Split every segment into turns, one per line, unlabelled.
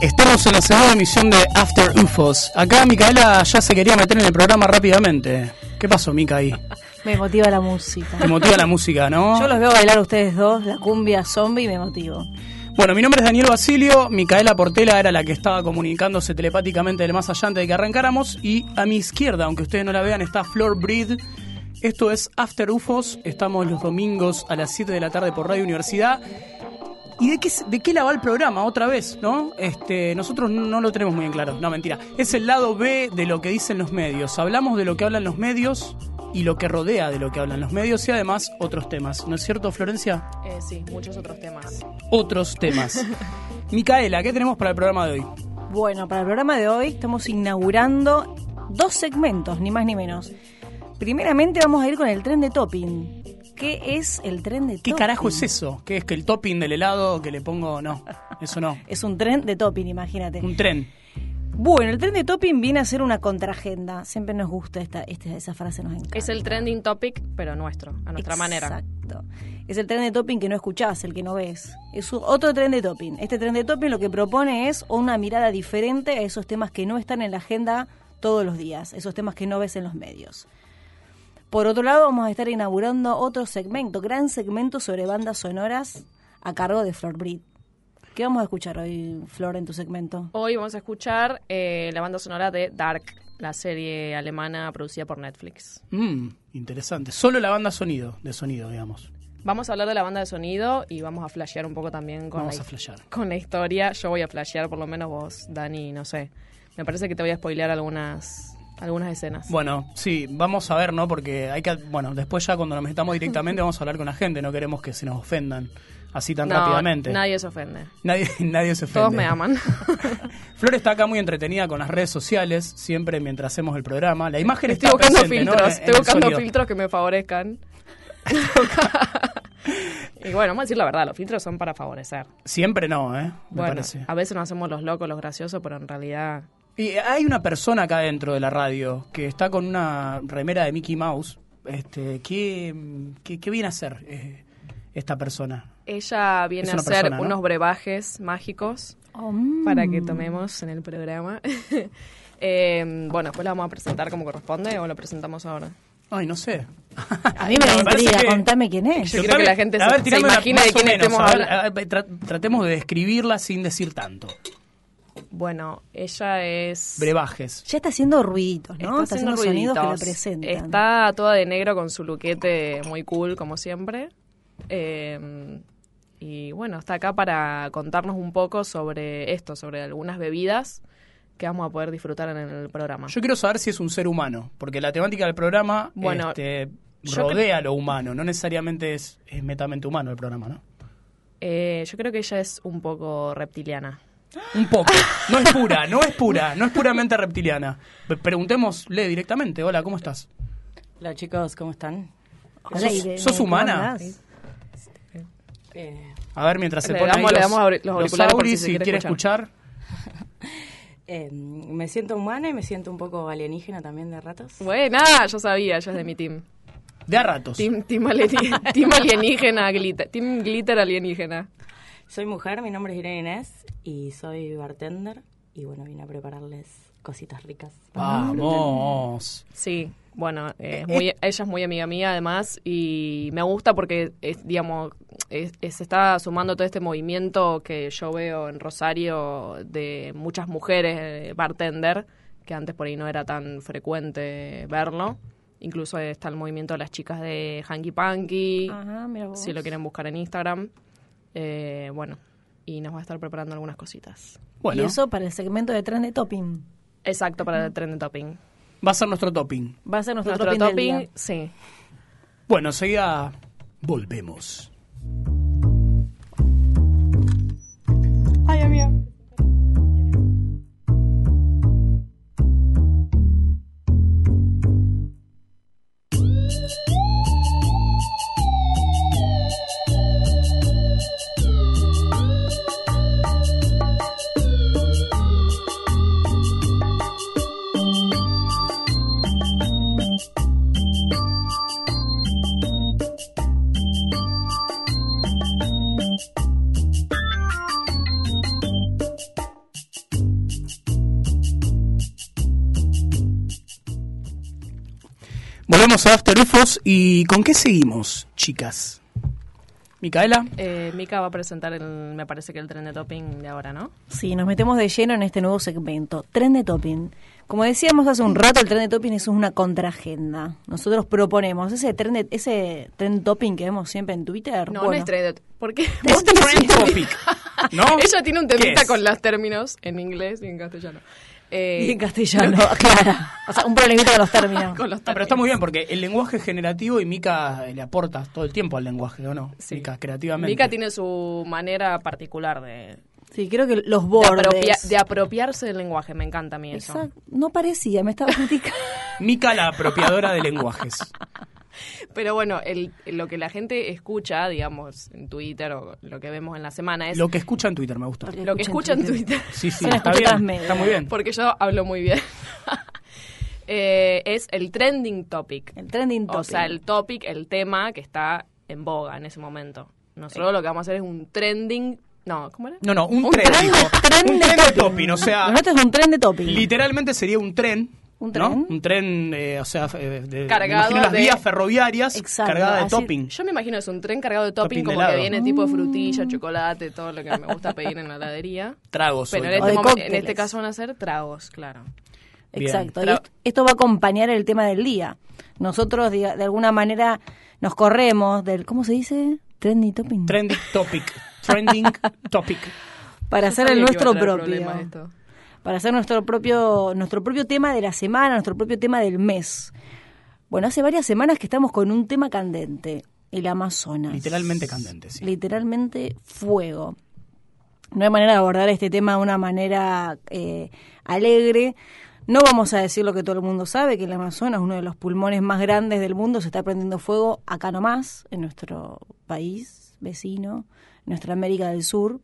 Estamos en la segunda emisión de After UFOs. Acá Micaela ya se quería meter en el programa rápidamente. ¿Qué pasó, Mica, ahí?
Me motiva la música.
Te motiva la música, ¿no?
Yo los veo bailar a ustedes dos, la cumbia zombie, y me motivo.
Bueno, mi nombre es Daniel Basilio, Micaela Portela era la que estaba comunicándose telepáticamente del más allá antes de que arrancáramos y a mi izquierda, aunque ustedes no la vean, está Flor Breed. Esto es After UFOs, estamos los domingos a las 7 de la tarde por Radio Universidad. ¿Y de qué, es- de qué la va el programa otra vez, no? Este, nosotros no lo tenemos muy en claro, no, mentira. Es el lado B de lo que dicen los medios. Hablamos de lo que hablan los medios y lo que rodea de lo que hablan los medios y además otros temas. ¿No es cierto, Florencia?
Eh, sí, muchos otros temas.
Otros temas. Micaela, ¿qué tenemos para el programa de hoy?
Bueno, para el programa de hoy estamos inaugurando dos segmentos, ni más ni menos. Primeramente vamos a ir con el tren de topping. ¿Qué es el tren de
¿Qué
topping?
carajo es eso? ¿Qué es que el topping del helado que le pongo? No, eso no.
Es un tren de topping, imagínate.
Un tren.
Bueno, el tren de topping viene a ser una contraagenda. Siempre nos gusta esta, esta- esa frase, nos encanta.
Es el trending topic, pero nuestro, a nuestra manera.
Exacto. Es el tren de topping que no escuchás, el que no ves. Es u- otro tren de topping. Este tren de topping lo que propone es una mirada diferente a esos temas que no están en la agenda todos los días, esos temas que no ves en los medios. Por otro lado, vamos a estar inaugurando otro segmento, gran segmento sobre bandas sonoras a cargo de Flor Brit. ¿Qué vamos a escuchar hoy, Flor, en tu segmento?
Hoy vamos a escuchar eh, la banda sonora de Dark, la serie alemana producida por Netflix.
Mm, interesante. Solo la banda sonido, de sonido, digamos.
Vamos a hablar de la banda de sonido y vamos a flashear un poco también con,
Vamos
la,
a flashear.
con la historia. Yo voy a flashear, por lo menos vos, Dani, no sé. Me parece que te voy a spoilear algunas, algunas escenas.
Bueno, sí, vamos a ver, ¿no? Porque hay que. Bueno, después ya cuando nos metamos directamente vamos a hablar con la gente, no queremos que se nos ofendan así tan
No,
rápidamente.
Nadie se ofende.
Nadie, nadie se ofende.
Todos me aman.
Flor está acá muy entretenida con las redes sociales, siempre mientras hacemos el programa. La imagen
Estoy
está
buscando
presente, ¿no?
filtros,
En- en
estoy
el
buscando
sonido.
filtros que me favorezcan. y bueno, vamos a decir la verdad, los filtros son para favorecer.
Siempre no, ¿eh? Me
Bueno,
parece.
a veces nos hacemos los locos, los graciosos, pero en realidad...
Y hay una persona acá dentro de la radio que está con una remera de Mickey Mouse. Este, ¿qué, qué, qué viene a hacer eh, esta persona?
Ella viene
Es
a
una
hacer
persona, ¿no? Mm.
unos brebajes mágicos para que tomemos en el programa. Eh, bueno, después la vamos a presentar como corresponde o la presentamos ahora.
Ay, no sé.
A mí me da
parece
intriga,
que-
contame quién es.
Yo quiero que la gente se- se
tirame una-
imagine de
más o
quién
menos,
estemos
a ver,
hablando.
a ver, tra- tratemos de describirla sin decir tanto.
Bueno, ella es...
Brebajes.
Ya está haciendo ruiditos, ¿no? Está, haciendo, sonidos que la
ruiditos.
presentan.
Está toda de negro con su luquete muy cool, como siempre. Eh, y bueno, está acá para contarnos un poco sobre esto, sobre algunas bebidas que vamos a poder disfrutar en el programa.
Yo quiero saber si es un ser humano, porque la temática del programa
Bueno,
este,
yo
rodea lo humano, no necesariamente es, es metamente humano el programa, ¿no?
Eh, yo creo que ella es un poco reptiliana.
Un poco. No es pura, no es pura, no es puramente reptiliana. P- Preguntémosle directamente. Hola, ¿cómo estás?
Hola chicos, ¿cómo están?
Hola,
¿Sos-
Irene,
sos
¿cómo
humana?
andás?
Eh,
A ver, mientras se
Le
ponen
damos-
ahí
le
los,
damos abri- los
los
auriculares por
auris,
si
si,
se quiere
quiere escuchar.
eh, me siento humana y me siento un poco alienígena también de ratos.
Buena, yo sabía, ella es de mi team.
De a ratos.
Team, team, alieni- team alienígena, glitter, team glitter alienígena.
Soy mujer, mi nombre es Irene Inés y soy bartender y bueno, vine a prepararles cositas ricas.
Vamos.
Sí, bueno, eh, es muy- ella es muy amiga mía además y me gusta porque, es, digamos, es- es- se está sumando todo este movimiento que yo veo en Rosario de muchas mujeres eh, bartender, que antes por ahí no era tan frecuente verlo. Incluso está el movimiento de las chicas de Hanky Panky,
Ajá, mira Ah, vos.
si lo quieren buscar en Instagram. Eh, bueno, y nos va a estar preparando algunas cositas.
Bueno,
Y eso para el segmento de tren de topping.
Exacto, para el tren de topping.
va a ser nuestro topping.
Va a ser nuestro,
Nuestro
topping, del día.
topping, sí.
Bueno, enseguida volvemos. Volvemos a After UFOs y ¿con qué seguimos, chicas? Micaela,
Eh, Mika va a presentar, el, me parece que el tren de topping de ahora, ¿no?
Sí, nos metemos de lleno en este nuevo segmento, tren de topping. Como decíamos hace un rato, el tren de topping es una contraagenda. Nosotros proponemos ese tren de, ese tren topping que vemos siempre en Twitter.
No, no
bueno,
es tren de topping. ¿Por qué?
vos te pones topic, ¿no?
Ella tiene un
¿Qué
temita
es?
con los términos en inglés y en castellano. Eh,
y en castellano, claro. O sea, un problemita con los términos.
con los
Ah, pero está
términos.
muy bien porque el lenguaje es generativo y Mica le aporta todo el tiempo al lenguaje, ¿o no?
Sí.
Mica, creativamente.
Mika tiene su manera particular de,
Sí, creo que los
de,
bordes.
apropia- de apropiarse del lenguaje. Me encanta a mí eso.
Exacto. No parecía, me estaba criticando.
Mica, la apropiadora de lenguajes.
Pero bueno, el- lo que la gente escucha, digamos, en Twitter o lo que vemos en la semana es
Lo que escucha en Twitter, me gusta.
lo que escucha en Twitter.
Sí, sí,
Son las
está
culturas
bien.
medias.
Está muy bien.
Porque yo hablo muy bien. Eh, es el trending topic.
El trending topic.
O sea, el topic, el tema que está en boga en ese momento. Nosotros lo que vamos a hacer es un trending. No, ¿cómo era?
No, no, un,
Un
tren,
tren-
dijo.
tren
un
de
tren de
topping.
topping, o sea,
Lo nuestro es un tren de topping.
literalmente sería un tren. ¿no?
¿Un tren?
Un tren, eh, o sea, eh, de,
Cargado
me imagino las
de-
vías ferroviarias
Exacto,
cargada de
así-
topping.
Yo me imagino es un tren cargado de
Topping
topping,
de
como
helado.
que viene tipo frutilla, chocolate, todo lo que me gusta pedir en la heladería.
Tragos.
Pero en
sobre
O
este,
de
todo.
momen- en
cócteles.
este caso van a ser tragos, claro.
Bien.
Exacto. Y
Tra-
est- esto va a acompañar el tema del día. Nosotros, diga- de alguna manera, nos corremos del. ¿Cómo se dice? Trendy topping.
Trending topic. Trending topic.
para
Yo
hacer
sabía
el
que iba a
nuestro
traer
propio.
problemas esto.
Para hacer nuestro propio, nuestro propio tema de la semana, nuestro propio tema del mes. Bueno, hace varias semanas que estamos con un tema candente, el Amazonas.
Literalmente candente, sí.
Literalmente fuego. No hay manera de abordar este tema de una manera eh, alegre. No vamos a decir lo que todo el mundo sabe, que el Amazonas, uno de los pulmones más grandes del mundo, se está prendiendo fuego acá nomás, en nuestro país vecino, nuestra América del Sur.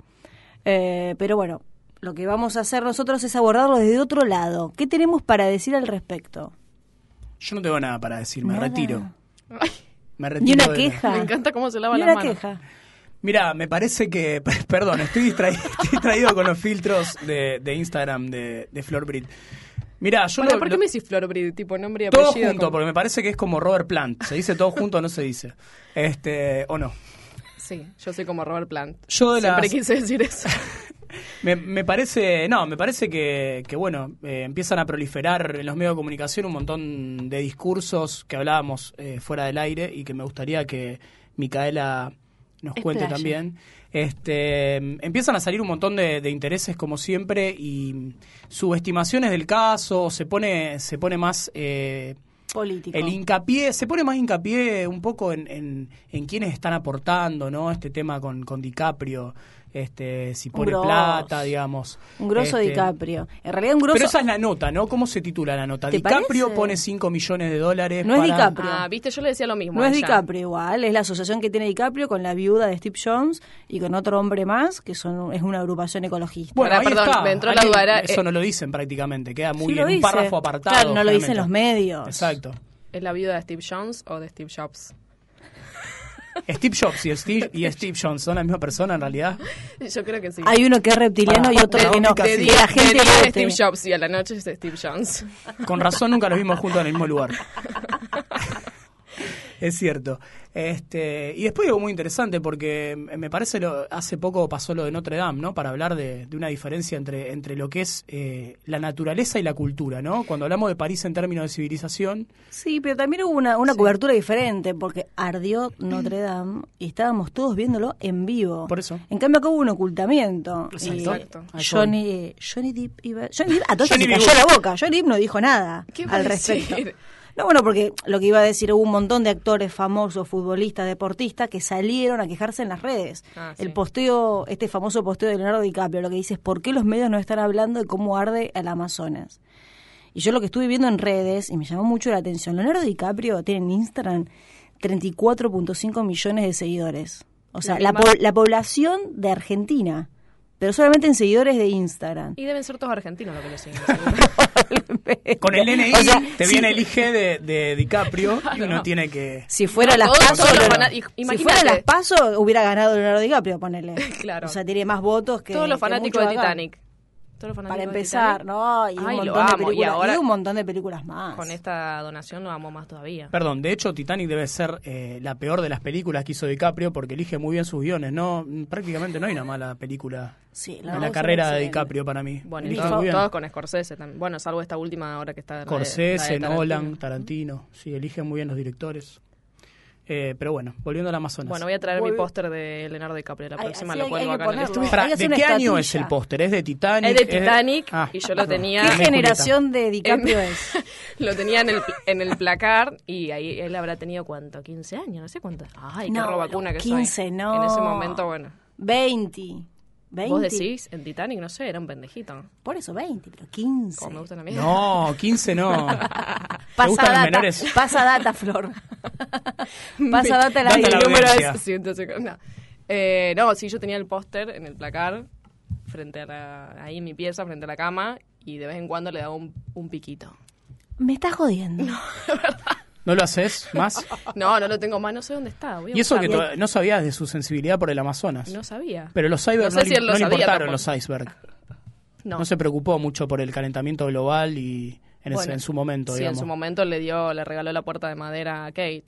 Eh, pero bueno, lo que vamos a hacer nosotros es abordarlo desde otro lado. ¿Qué tenemos para decir al respecto?
Yo no tengo nada para decir, me
Nada.
retiro.
Ay,
Me
Ni
retiro.
una
de-
queja.
me encanta cómo se lava
Ni
las
una
manos.
queja.
Mira, me parece que. Perdón, estoy distra- estoy distraído con los filtros de, de Instagram de, de Florbrit. Mira, yo
Bueno,
lo-
¿por qué
lo-
me decís Florbrid? Tipo nombre y apellido.
Todo junto,
como-
porque me parece que es como Robert Plant. Se dice todo junto, no se dice. Este, o no.
Sí, yo soy como Robert Plant.
Yo de las-
Siempre quise decir eso.
Me, me parece, no, me parece que, que, bueno, eh, empiezan a proliferar en los medios de comunicación un montón de discursos que hablábamos eh, fuera del aire y que me gustaría que Micaela nos cuente
Explaye.
también. Este, empiezan a salir un montón de, de intereses como siempre y subestimaciones del caso, se pone, se pone más... eh,
Político.
El hincapié, se pone más hincapié un poco en, en, en quiénes están aportando, ¿no? Este tema con, con DiCaprio, este, si pone
grosso.
plata, digamos.
un grosso
Este,
DiCaprio. En realidad un grosso...
Pero esa es la nota, ¿no? ¿Cómo se titula la nota?
¿Te
DiCaprio
parece?
pone 5 millones de dólares
No es
para-
DiCaprio.
Ah, viste, yo le decía lo mismo.
No
a
es
ella.
DiCaprio igual, es la asociación que tiene DiCaprio con la viuda de Steve Jones y con otro hombre más, que son es una agrupación ecologista.
Bueno,
Pará,
ahí
perdón,
está.
me entró la
Alguien-
duda, era-
Eso
eh,
no lo dicen prácticamente, queda muy
Sí
en
lo
un
dice.
párrafo apartado.
Claro, no lo dicen
generalmente.
los medios.
Exacto.
¿Es la viuda de Steve Jones o de Steve Jobs?
Steve Jobs y Steve, y Steve Jobs son la misma persona en realidad.
Yo creo que sí.
Hay uno que es reptiliano
Para,
y otro
de-
que no.
de
que
día-
la
de
gente
día es
vote.
Steve Jobs y a la noche es Steve Jones.
Con razón nunca los vimos juntos en el mismo lugar. Es cierto. Este, y después algo muy interesante porque m- me parece lo, hace poco pasó lo de Notre Dame, ¿no? Para hablar de, de una diferencia entre, entre lo que es eh, la naturaleza y la cultura, ¿no? Cuando hablamos de París en términos de civilización,
Sí, pero también hubo una, una cobertura diferente, porque ardió Notre Dame y estábamos todos viéndolo en vivo.
Por eso.
En cambio acá hubo un ocultamiento.
Exacto.
Y
Exacto.
Johnny, Johnny Depp iba- Johnny Depp a todos se
Johnny
le cayó
Depp.
la boca. Johnny Depp no dijo nada
¿Qué va a
al respecto.
decir?
No, bueno, porque lo que iba a decir, hubo un montón de actores famosos, futbolistas, deportistas, que salieron a quejarse en las redes.
Ah, sí.
El posteo, este famoso posteo de Leonardo DiCaprio, lo que dice es por qué los medios no están hablando de cómo arde el Amazonas. Y yo lo que estuve viendo en redes, y me llamó mucho la atención, Leonardo DiCaprio tiene en Instagram 34.5 millones de seguidores. O sea, la,
La
po- la población de Argentina, pero solamente en seguidores de Instagram.
Y deben ser todos argentinos lo que lo siguen.
con el NI
O sea,
te
sí.
viene el IG de, de DiCaprio y uno tiene que...
Si fuera
No,
las
todos
PASO,
son los
no, no.
fana-
i-
si
imagínate.
fuera las PASO hubiera ganado Leonardo DiCaprio, ponele.
Claro.
O sea, tiene más votos que
todos los
que
fanáticos
muchos
de
acá.
Titanic. Todos los fanáticos
Para
de
empezar,
Titanic.
¿no? Y,
Ay,
un
lo
montón de
amo, y
películas,
ahora-
un montón de películas más.
Con esta donación lo amo más todavía.
Perdón, de hecho Titanic debe ser eh, la peor de las películas que hizo DiCaprio porque elige muy bien sus guiones. No, prácticamente no hay una mala película
Sí, la
en
verdad
la
es
carrera de
excelente.
DiCaprio para mí.
Bueno, y
Elige
todos,
muy bien.
todos con Scorsese también. Bueno, salvo esta última ahora que está. la de-
Scorsese,
la de
Nolan,
Tarantino.
Tarantino. Sí, eligen muy bien los directores. Eh, pero bueno, volviendo a la Amazonas.
Bueno, voy a traer
Volve-
mi póster de Leonardo DiCaprio. La
Ay,
próxima
así
lo
hay-
cuelgo
hay que
acá en el
ponerlo.
estudio.
Pará,
Hay que
¿de
hacer
qué
una
año es el
estatuilla.
póster? ¿Es de Titanic?
Es de Titanic
Ah,
y yo lo
perdón.
tenía-
¿Qué
Ah,
Disculpa.
generación de DiCaprio es?
Lo tenía en el, en el placar y ahí él habrá tenido cuánto, 15 años, no sé cuánto. Ay,
No,
qué robacuna que soy.
15 no.
En ese momento, bueno.
20. 20.
Vos decís, en Titanic, no sé, era un pendejito.
Por eso 20, pero 15.
Como me gustan a mí.
No, 15 no. ¿Te gustan
Pasa
los
data,
menores?
pasa data, Flor. pasa data la
Data a
El
la
número
audiencia.
es 150. No. Eh, no, sí, yo tenía el póster en el placar, frente a la, ahí en mi pieza, frente a la cama, y de vez en cuando le daba un, un piquito.
Me estás jodiendo.
¿No lo haces más?
No, no lo tengo más, no sé dónde está. voy a
Y eso que
buscarlo.
to- no sabías de su sensibilidad por el Amazonas.
No sabía.
Pero los icebergs
No
no,
sé
le-
si él lo
no le
sabía
importaron
tampoco.
los icebergs.
No.
No se preocupó mucho por el calentamiento global y en, ese-
Bueno,
en su momento,
sí,
digamos.
en su momento le dio, le regaló la puerta de madera a Kate.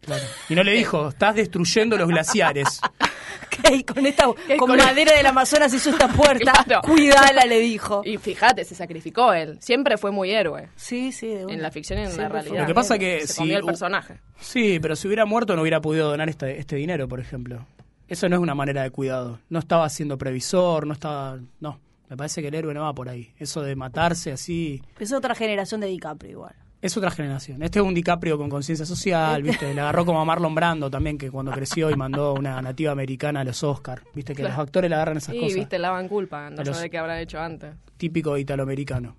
Claro. Y no le dijo, estás destruyendo los glaciares.
Ok, con esta con
con-
madera del Amazonas hizo esta puerta.
Claro.
Cuidala, le dijo.
Y fíjate, se sacrificó él. Siempre fue muy héroe.
Sí, sí, de una.
En la ficción y en la
Siempre fue
realidad.
Lo que pasa que
se
si-
comió el personaje.
Sí, pero si hubiera muerto no hubiera podido donar este, este dinero, por ejemplo. Eso no es una manera de cuidado. No estaba siendo previsor, no estaba... No, me parece que el héroe no va por ahí. Eso de matarse así...
Es otra generación de DiCaprio igual.
Es otra generación. Este es un DiCaprio con conciencia social, ¿viste? Le agarró como a Marlon Brando también, que cuando creció y mandó una nativa americana a los Oscar. ¿Viste? Que los actores le agarran esas
Y
cosas.
viste, lavan culpa. No
A los-
sabe qué habrá hecho antes.
Típico italoamericano.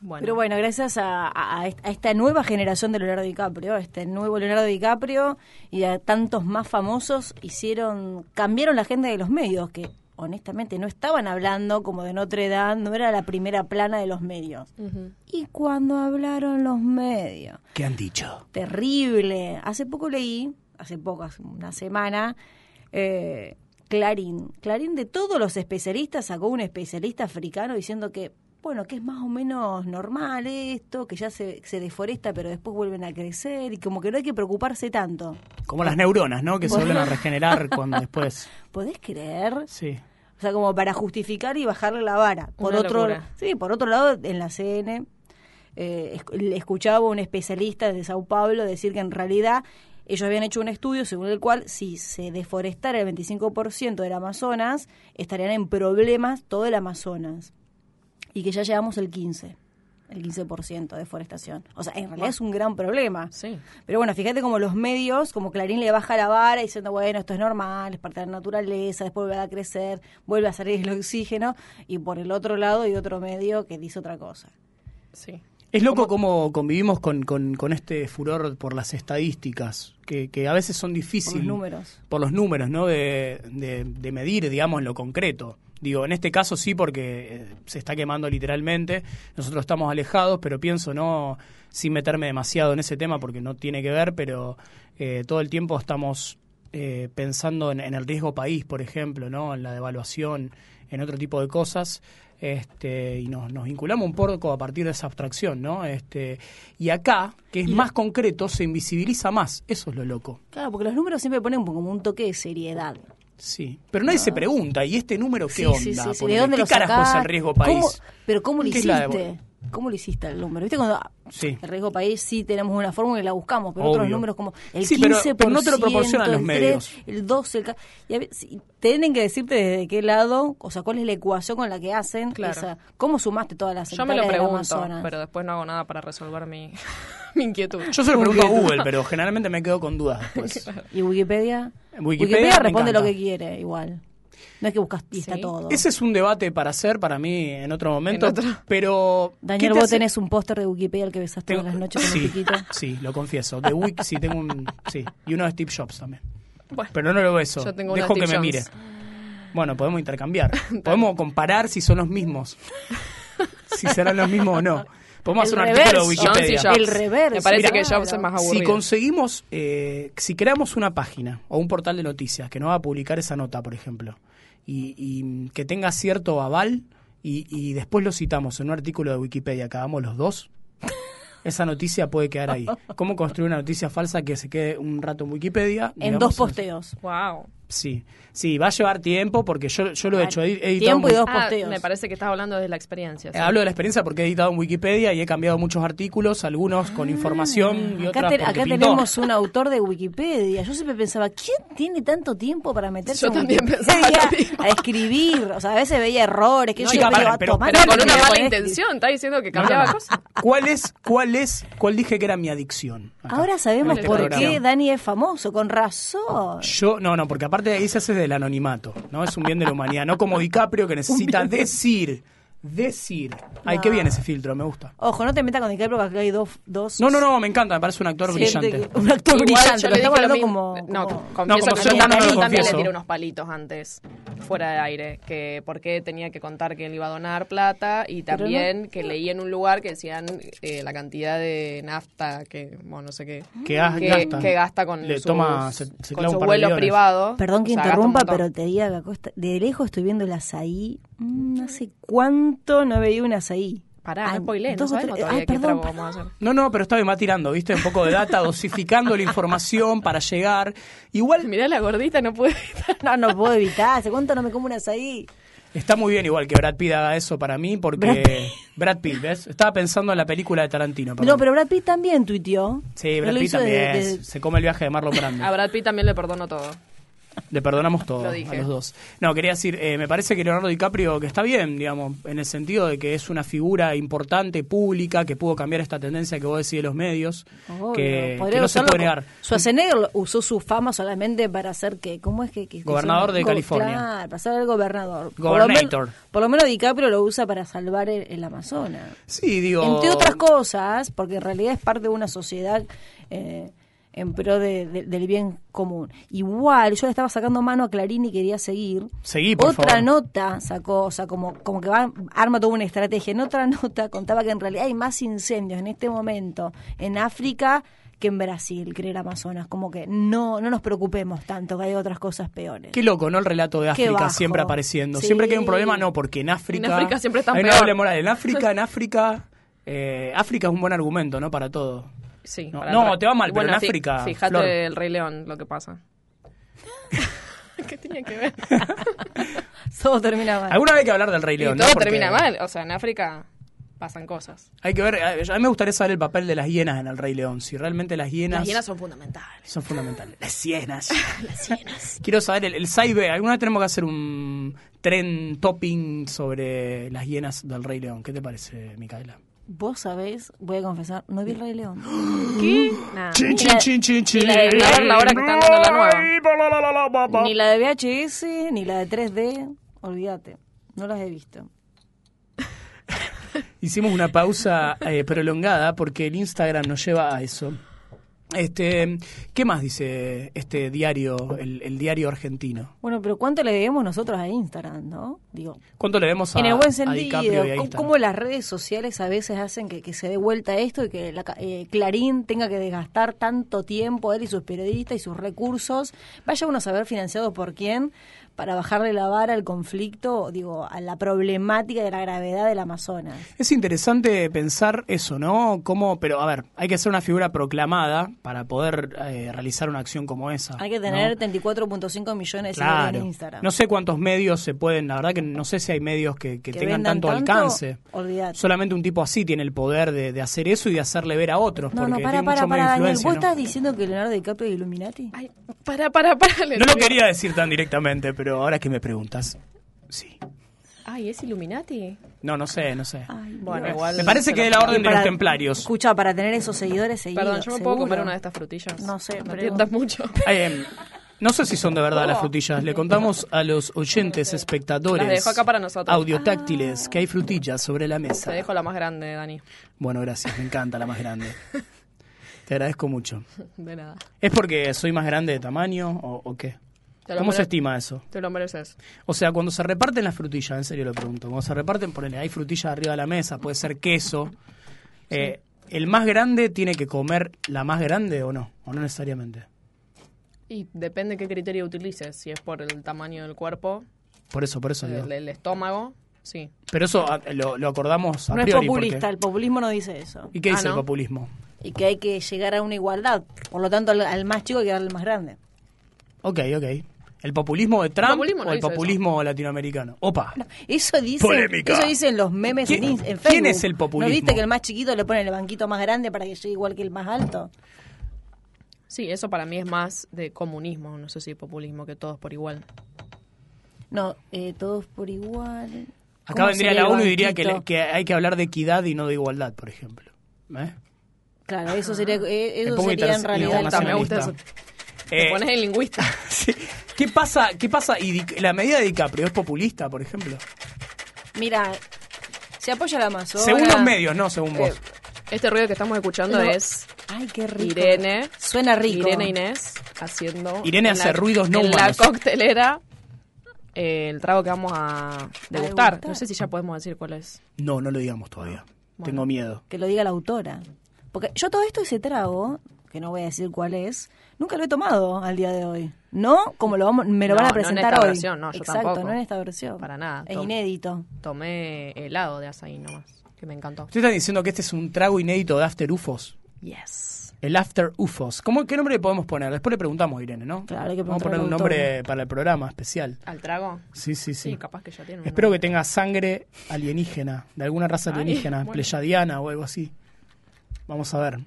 Bueno.
Pero bueno, gracias a, a- a est- a esta nueva generación de Leonardo DiCaprio, este nuevo Leonardo DiCaprio y a tantos más famosos hicieron, cambiaron la agenda de los medios, que honestamente no estaban hablando como de Notre Dame, no era la primera plana de los medios. Y cuando hablaron los medios,
¿Qué han dicho?
terrible. Hace poco leí, hace poco, hace una semana, eh, Clarín. Clarín de todos los especialistas sacó un especialista africano diciendo que, bueno, que es más o menos normal esto, que ya se, se deforesta pero después vuelven a crecer y como que no hay que preocuparse tanto.
Como las neuronas, ¿no? Que se vuelven a regenerar cuando después...
¿Podés creer?
Sí.
O sea, como para justificar y bajarle la vara. Por
Una
otro,
locura.
sí, por otro lado, en la CN eh, esc- le escuchaba a un especialista de Sao Paulo decir que en realidad ellos habían hecho un estudio según el cual si se deforestara el 25% del Amazonas, estarían en problemas todo el Amazonas. Y que ya llegamos el 15, el 15% de deforestación. O sea, en realidad es un gran problema.
Sí.
Pero bueno, fíjate como los medios, como Clarín le baja la vara diciendo, bueno, esto es normal, es parte de la naturaleza, después vuelve a crecer, vuelve a salir el oxígeno, y por el otro lado hay otro medio que dice otra cosa.
Sí.
Es loco cómo convivimos con, con, con este furor por las estadísticas, que, que a veces son difíciles.
Por los números.
Por los números, ¿no? De, de- de medir, digamos, en lo concreto. Digo, en este caso sí, porque eh, se está quemando literalmente. Nosotros estamos alejados, pero pienso, no, sin meterme demasiado en ese tema, porque no tiene que ver, pero eh, todo el tiempo estamos eh, pensando en, en el riesgo país, por ejemplo, ¿no? En la devaluación, en otro tipo de cosas. Este, y nos, nos vinculamos un poco a partir de esa abstracción, ¿no? Este, y acá, que es más concreto, se invisibiliza más. Eso es lo loco.
Claro, porque los números siempre ponen como un toque de seriedad.
Sí, pero nadie se pregunta, ¿y este número qué
Ah. Sí,
onda?
sí, sí, sí.
Ponele,
¿De dónde
¿Qué
lo
carajo
sacás?
es el riesgo país?
¿Cómo- pero ¿cómo lo
¿Qué es la de-
hiciste? ¿Cómo lo hiciste el número? ¿Viste cuando ah,
Sí.
el riesgo país sí tenemos una fórmula y la buscamos, pero otros
Obvio.
números como el
Sí,
15%,
pero- pero no te lo proporcionan los
el
medios.
3, el 12, el ca- y a ve- si- tienen que decirte desde qué lado, o sea, cuál es la ecuación con la que hacen
Claro.
esa- cómo sumaste todas las
Yo me lo
hectáreas del
pregunto,
Amazonas.
pero después no hago nada para resolver mi, mi inquietud.
Yo se lo pregunto a Google, pero generalmente me quedo con dudas después.
¿Y Wikipedia?
En Wikipedia me
responde lo
encanta.
que quiere, igual. No es que buscas y está
Sí.
todo.
Ese es un debate para hacer para mí en otro momento, pero... ¿qué
Daniel,
te
vos
hace-
tenés un póster de Wikipedia al que besás todas
Tengo-
las noches con
sí,
un piquito.
Sí, lo confieso. De Wiki sí tengo un... Sí, y uno de Steve Jobs también.
Bueno,
Pero no lo beso.
Yo tengo uno
Dejo
de
que me
Steve
mire.
Jobs.
Bueno, podemos intercambiar. podemos comparar si son los mismos. si serán los mismos o no. Podemos hacer un artículo de
reverso.
Jones y
Wikipedia.
Jobs.
El reverso.
Me parece
Mira,
que Jobs
claro.
es más
Si
aburrido.
conseguimos, eh, si creamos una página o un portal de noticias que nos va a publicar esa nota, por ejemplo, y, y que tenga cierto aval y, y después lo citamos en un artículo de Wikipedia, acabamos los dos, esa noticia puede quedar ahí. ¿Cómo construir una noticia falsa que se quede un rato en Wikipedia?
En
digamos,
dos posteos.
Wow.
Sí, sí, va a llevar tiempo porque yo, yo lo he hecho. He editado
Tiempo y
mu-
dos
Ah,
posteos. Ah,
me parece que estás hablando desde la experiencia. sí.
Eh, Hablo de la experiencia porque he editado en Wikipedia y he cambiado muchos artículos, algunos con información y
Ah. Acá,
otras
te-
porque
acá
pintó.
tenemos un autor de Wikipedia. Yo siempre pensaba, ¿quién tiene tanto tiempo para meterse
Yo
en
también
Wikipedia
pensaba lo mismo.
a escribir? O sea, a veces veía errores. Que
No,
yo
chica,
siempre
para,
digo, a
pero-
tomar
pero
el
Con una
culo,
mala
¿eh?
intención, está diciendo que
No, no,
cambiaba
no.
cosas.
¿Cuál es, cuál es, cuál dije que era mi adicción? acá,
Ahora sabemos
en este
por
programa?
qué Dani es famoso, con razón.
Yo, no, no, porque aparte ahí se hace del anonimato, ¿no? Es un bien de la humanidad, no como DiCaprio que necesita decir, decir. Ay, qué
Ah.
bien ese filtro, me gusta.
Ojo, no te metas con DiCaprio, porque acá hay dos. dos
No, no, no, me encanta, me parece un actor
gente que-
brillante.
un actor
Igual
brillante,
yo
lo
le dije
estamos
lo
hablando
mismo.
como.
No,
como-
confieso
como
que
yo
también,
no lo
también
confieso.
le tiré unos palitos antes, fuera de aire, que por qué tenía que contar que él iba a donar plata y también que leí en un lugar que decían eh, la cantidad de nafta que, bueno, no sé qué.
Que gas- gasta.
que gasta con
Le
sus-
toma- se- se
con
clava
su
un par de
vuelo
millones.
privado.
Perdón que
O sea, gasta un
interrumpa,
montón.
pero te digo que acá está- de lejos estoy viendo el azaí. Mm, no sé cuánto no veía un azaí.
Pará,
Ay,
no spoilé, no
dos o
sabemos
tres-
todavía
ay,
qué
perdón,
trago vamos a hacer.
No, no, pero estaba más tirando, ¿viste? Un poco de data, dosificando la información para llegar. Igual
Mirá la gordita, no puede
No, no puedo evitar. ¿Hace cuánto no me como un azaí?
Está muy bien igual que Brad Pitt haga eso para mí,
Brad
porque...
Pitt.
Brad Pitt, ¿ves? Estaba pensando en la película de Tarantino. perdón.
No, pero Brad Pitt también tuiteó.
Sí,
Él
Brad
lo
Pitt
hizo
también.
de- de-
Se come el viaje de Marlon
A
Brando.
Brad Pitt también le perdono todo.
Le perdonamos todo
Lo
a
dije.
los dos. No, quería decir, eh, me parece que Leonardo DiCaprio, que está bien, digamos, en el sentido de que es una figura importante, pública, que pudo cambiar esta tendencia que vos decís de los medios,
Obvio,
que,
Oh, podría
que no se
usarlo
puede
como-
negar.
Schwarzenegger lo- usó su fama solamente para hacer que, ¿cómo es que? que- que
Gobernador
se-
de California.
Claro, para ser el gobernador. Por lo,
Gobernator.
menos, por lo menos DiCaprio lo usa para salvar el, el Amazonas.
Sí, digo...
Entre otras cosas, porque en realidad es parte de una sociedad eh, en pro de- de- del bien común. Igual, yo le estaba sacando mano a Clarín y quería seguir.
Seguí, por
Otra
favor.
nota sacó, o sea, como, como que va, Arma tuvo una estrategia. En otra nota contaba que en realidad hay más incendios en este momento en África que en Brasil, que en el Amazonas. Como que no, no nos preocupemos tanto, que hay otras cosas peores.
Qué loco, ¿no? El relato de
Qué
África
bajo.
siempre apareciendo.
Sí.
Siempre que hay un problema, no, porque en África.
En África siempre están
Ahí no
peor.
hable moral. En África, en África. eh, África es un buen argumento, ¿no? Para todo.
Sí.
No,
para
no,
atrás.
te va mal,
Y
pero en
fi-
África,
Fíjate
Flor.
el Rey León lo que pasa. ¿Qué tenía que ver?
Todo termina mal.
Alguna vez hay que hablar del Rey León,
y
¿no?
todo
Porque
termina mal. O sea, en África pasan cosas.
Hay que ver. A a mí me gustaría saber el papel de las hienas en el Rey León. Si realmente las hienas.
Las hienas son fundamentales.
son fundamentales. Las hienas. Las hienas. Quiero saber el, el Saibe. Alguna vez tenemos que hacer un tren topping sobre las hienas del Rey León. ¿Qué te parece, Micaela?
Vos sabés, voy a confesar, no vi el Rey León.
¿Qué? Nada.
Ah,
Chin, chin, chin, chin, chin.
la de Blair, la hora que están dando la
nueva.
Ni la de VHS, ni la de 3D, olvídate, no las he visto.
Hicimos una pausa eh, prolongada porque el Instagram nos lleva a eso. Este, ¿qué más dice este diario, el, el diario argentino?
Bueno, pero ¿cuánto le debemos nosotros a Instagram, no? Digo,
¿Cuánto le vemos a,
en el buen
a
sentido,
DiCaprio y a
cómo-
Instagram?
cómo las redes sociales a veces hacen que, que se dé vuelta esto y que la ca- eh, Clarín tenga que desgastar tanto tiempo, él y sus periodistas y sus recursos, vaya uno a saber financiado por quién, para bajarle la vara al conflicto, digo, a la problemática de la gravedad del Amazonas.
Es interesante pensar eso, ¿no? Cómo, pero a ver, hay que ser una figura proclamada para poder eh, realizar una acción como esa.
Hay que
Ah, ¿no?
tener 34.5 millones de seguidores en Instagram.
No sé cuántos medios se pueden, la verdad que no sé si hay medios que, que
Que
tengan
vendan
tanto,
tanto,
alcance.
olvídate.
Solamente un tipo así tiene el poder de, de hacer eso y de hacerle ver a otros.
No,
porque
no, para,
tiene
para,
mucho
para,
más
Daniel.
influencia,
¿Vos
¿no?
estás diciendo que Leonardo DiCaprio es Illuminati?
Ay, para, para, para. le
No lo
digo.
quería decir tan directamente, pero ahora que me preguntas, sí.
Ay, ¿es Illuminati?
No, no sé, no
Ah.
sé.
Bueno, igual.
Me parece que de la orden de los templarios.
Escucha, para tener esos seguidores seguidos.
Perdón, yo me puedo
seguro.
comer una de estas frutillas.
No sé,
no
pero-
tientas mucho.
Eh, no sé si son de verdad las frutillas. Le contamos a los oyentes, espectadores,
Las dejo acá para nosotros.
audiotáctiles, que hay frutillas sobre la mesa.
Te dejo la más grande, Dani.
Bueno, gracias. Me encanta la más grande. Te agradezco mucho.
De nada.
¿Es porque soy más grande de tamaño o, o qué?
Te lo
¿Cómo se
mere-
estima eso?
Te lo mereces.
O sea, cuando se reparten las frutillas, en serio lo pregunto, cuando se reparten, ponele, hay frutillas arriba de la mesa, puede ser queso. Eh, ¿El más grande tiene que comer la más grande o no? ¿O no necesariamente?
Y depende qué criterio utilices. Si es por el tamaño del cuerpo, Eh,
Por eso, por eso digo.
el, el estómago, Sí.
Pero eso ah, lo, lo acordamos a
No es
priori.
populista,
porque-
el populismo no dice eso.
¿Y qué
Ah,
dice el
¿no?
populismo?
Y que hay que llegar a una igualdad. Por lo tanto, al, al más chico hay que darle al más grande.
Ok, ok. ¿El populismo de Trump
populismo no
o el
hizo eso.
populismo latinoamericano? Opa.
Eso dicen,
Polémica.
eso dicen los memes en,
¿Quién-
Inst- en
quién
Facebook.
es el populismo?
¿No viste que el más chiquito le pone el banquito más grande para que llegue igual que el más alto?
Sí, eso para mí es más de comunismo, no sé si populismo, que todos por igual.
No, eh, todos por igual.
Acá
¿Cómo
vendría
sería
la
el
ONU y diría que,
banquito?
le- que hay que hablar de equidad y no de igualdad, por ejemplo. ¿Eh?
Claro, eso sería, eh,
Me
eso
pongo
sería en
inter-
realidad...
Me gusta, me gusta eso.
internacionalista.
Te
Eh,
pones el lingüista.
sí. ¿Qué pasa? ¿Qué pasa? Y Di- la medida de DiCaprio es populista, por ejemplo.
Mira, se apoya la Eh. Amazonas.
Según los medios, no según vos.
Este ruido que estamos escuchando
No.
es
Ay, qué rico.
Irene.
Suena rico.
Irene Inés haciendo.
Irene
en
hace ruidos no
En
humanos.
la coctelera, eh, el trago que vamos a degustar.
degustar.
No sé si ya podemos decir cuál es.
No, no lo digamos todavía. Tengo miedo.
Que lo diga la autora. Porque yo todo esto ese trago, que no voy a decir cuál es, nunca lo he tomado al día de hoy. No como lo vamos, me lo
No,
van a
no en
presentar
esta
hoy.
versión, no, yo
Exacto,
tampoco.
no en esta versión.
Para nada,
Es
tom-
inédito.
Tomé helado de azaí nomás, que me encantó.
Ustedes están diciendo que este es un trago inédito de After UFOs.
Yes.
El After UFOs. ¿Cómo, ¿Qué nombre le podemos poner? Después le preguntamos a Irene, ¿no?
Claro, hay que
Vamos a
preguntarle
poner un
al autor.
nombre para el programa especial.
¿Al trago?
Sí, sí, sí.
Sí, capaz que ya tiene. un
Espero que
nombre.
tenga sangre alienígena, de alguna raza
Ay,
alienígena,
bueno.
pleyadiana o algo así. Vamos a ver.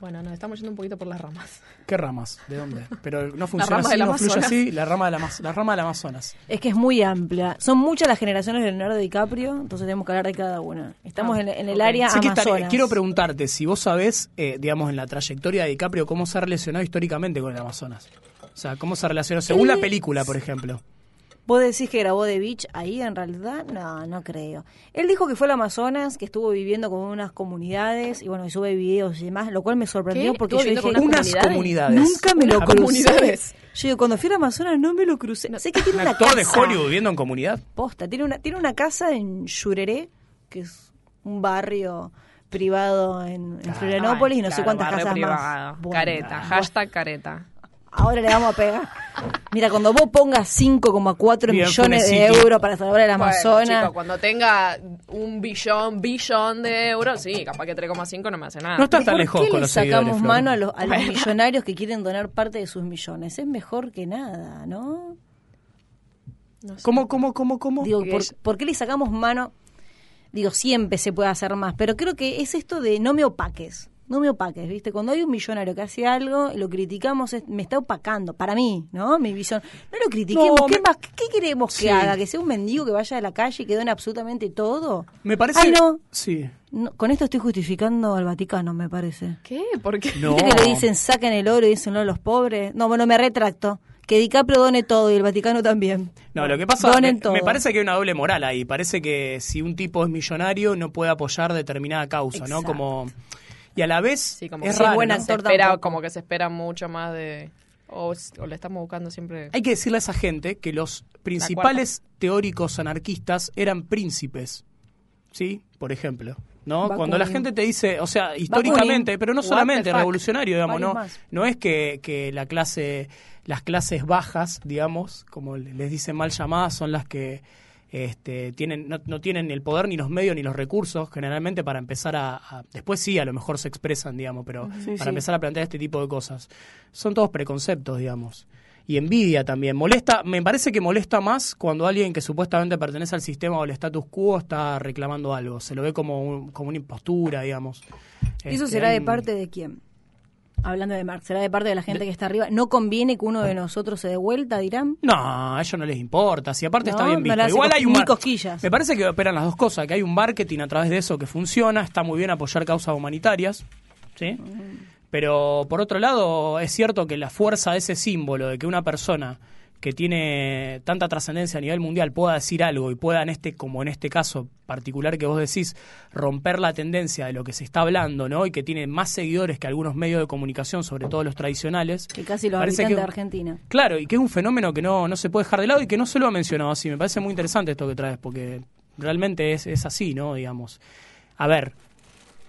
Bueno, nos estamos yendo un poquito por las ramas.
¿Qué ramas? ¿De dónde? Pero no funciona
rama
así,
del
no fluye
Amazonas.
así. La rama, de la, la rama del Amazonas.
Es que es muy amplia. Son muchas las generaciones de Leonardo DiCaprio, entonces tenemos que hablar de cada una. Estamos
Ah,
en, en el
ok.
área
Sé que
Amazonas.
estaré- quiero preguntarte si vos sabés, eh, digamos, en la trayectoria de DiCaprio, cómo se ha relacionado históricamente con el Amazonas. O sea, cómo se relacionó, según la película, por ejemplo.
¿Vos decís que grabó The Beach ahí en realidad? No, no creo. Él dijo que fue al Amazonas, que estuvo viviendo con unas comunidades y bueno, y sube videos y demás, lo cual me sorprendió
¿Qué?
porque
¿Estuvo
yo
viviendo
dije,
con
Unas
comunidades?
comunidades.
nunca me lo
Unas
crucé.
comunidades.
Yo digo, cuando fui al Amazonas no me lo crucé. Sé que tiene
Un
una
actor de
casa.
Hollywood viviendo en comunidad.
Posta, tiene una, tiene una casa en Yureré, que es un barrio privado en, en Florianópolis y no sé
Claro,
cuántas
barrio
casas
privado.
más. Bueno,
Careta, hashtag careta.
Ahora le vamos a pegar. Mira, cuando vos pongas 5,4
Bien,
millones de
Funesiti.
euros para salvar el
Bueno,
Amazonas.
chico, cuando tenga un billón, billón de euros, sí, capaz que 3,5 no me hace nada.
No estás
¿Por
tan lejos
qué
con
le
los seguidores,
sacamos
Flor.
mano a los, a los millonarios que quieren donar parte de sus millones? Es mejor que nada, ¿no?
¿Cómo, cómo, cómo, cómo?
Digo,
Y
¿por,
ella-
por qué le sacamos mano? Digo, siempre se puede hacer más, pero creo que es esto de no me opaques, no me opaques, ¿viste? Cuando hay un millonario que hace algo y lo criticamos, es- me está opacando, para mí, ¿no? Mi visión. No lo critiquemos,
No,
¿qué
me-
más? ¿Qué queremos
Sí.
que haga? ¿Que sea un mendigo que vaya a la calle y que done absolutamente todo?
Me parece...
Ay, Ah, no.
Sí.
No, Con esto estoy justificando al Vaticano, me parece.
¿Qué? ¿Por qué?
No.
¿Viste que le dicen sacan el oro y dicen no a los pobres? No, bueno, me retracto. Que DiCaprio done todo y el Vaticano también.
No, lo que pasa
Donen
me,
todo.
me parece que hay una doble moral ahí. Parece que si un tipo es millonario no puede apoyar determinada causa, ¿no?
Exacto.
Como y a la vez
Sí, como
es
que
raro,
buen
¿no?
se
actor
espera,
tampoco.
como que se espera mucho más de o, s- o le estamos buscando siempre
Hay que decirle a esa gente que los principales teóricos anarquistas eran príncipes, ¿sí? Por ejemplo, ¿no?
Bakunin.
Cuando la gente te dice, o sea, históricamente, pero no
What
solamente
the fuck.
revolucionario, digamos,
Varios
no,
más.
no es que, que la clase, las clases bajas, digamos, como les dicen mal llamadas, son las que este, tienen, no, no tienen el poder ni los medios ni los recursos generalmente para empezar a, a- después sí a lo mejor se expresan digamos pero para
sí.
empezar a plantear este tipo de cosas son todos preconceptos digamos y envidia también molesta me parece que molesta más cuando alguien que supuestamente pertenece al sistema o al status quo está reclamando algo se lo ve como un- como una impostura digamos
¿Eso
Este,
será de
hay un-
parte de quién? Hablando de Marx, será de parte de la gente que está arriba. ¿No conviene que uno de nosotros se dé vuelta, dirán?
No, a ellos no les importa. Si aparte
No,
está bien
no
visto.
le hace
Igual
cos-
hay un
ni
mar-
cosquillas.
Me parece que operan las dos cosas, que hay un marketing a través de eso que funciona, está muy bien apoyar causas humanitarias, ¿sí? Pero por otro lado, es cierto que la fuerza de ese símbolo de que una persona que tiene tanta trascendencia a nivel mundial pueda decir algo y pueda en este como en este caso particular que vos decís romper la tendencia de lo que se está hablando, ¿no? Y que tiene más seguidores que algunos medios de comunicación, sobre todo los tradicionales.
Que casi los
Parece que-
habitantes de Argentina.
Claro, y que es un fenómeno que no, no se puede dejar de lado y que no se lo ha mencionado así. Me parece muy interesante esto que traes, porque realmente es, es así, ¿no? Digamos. A ver,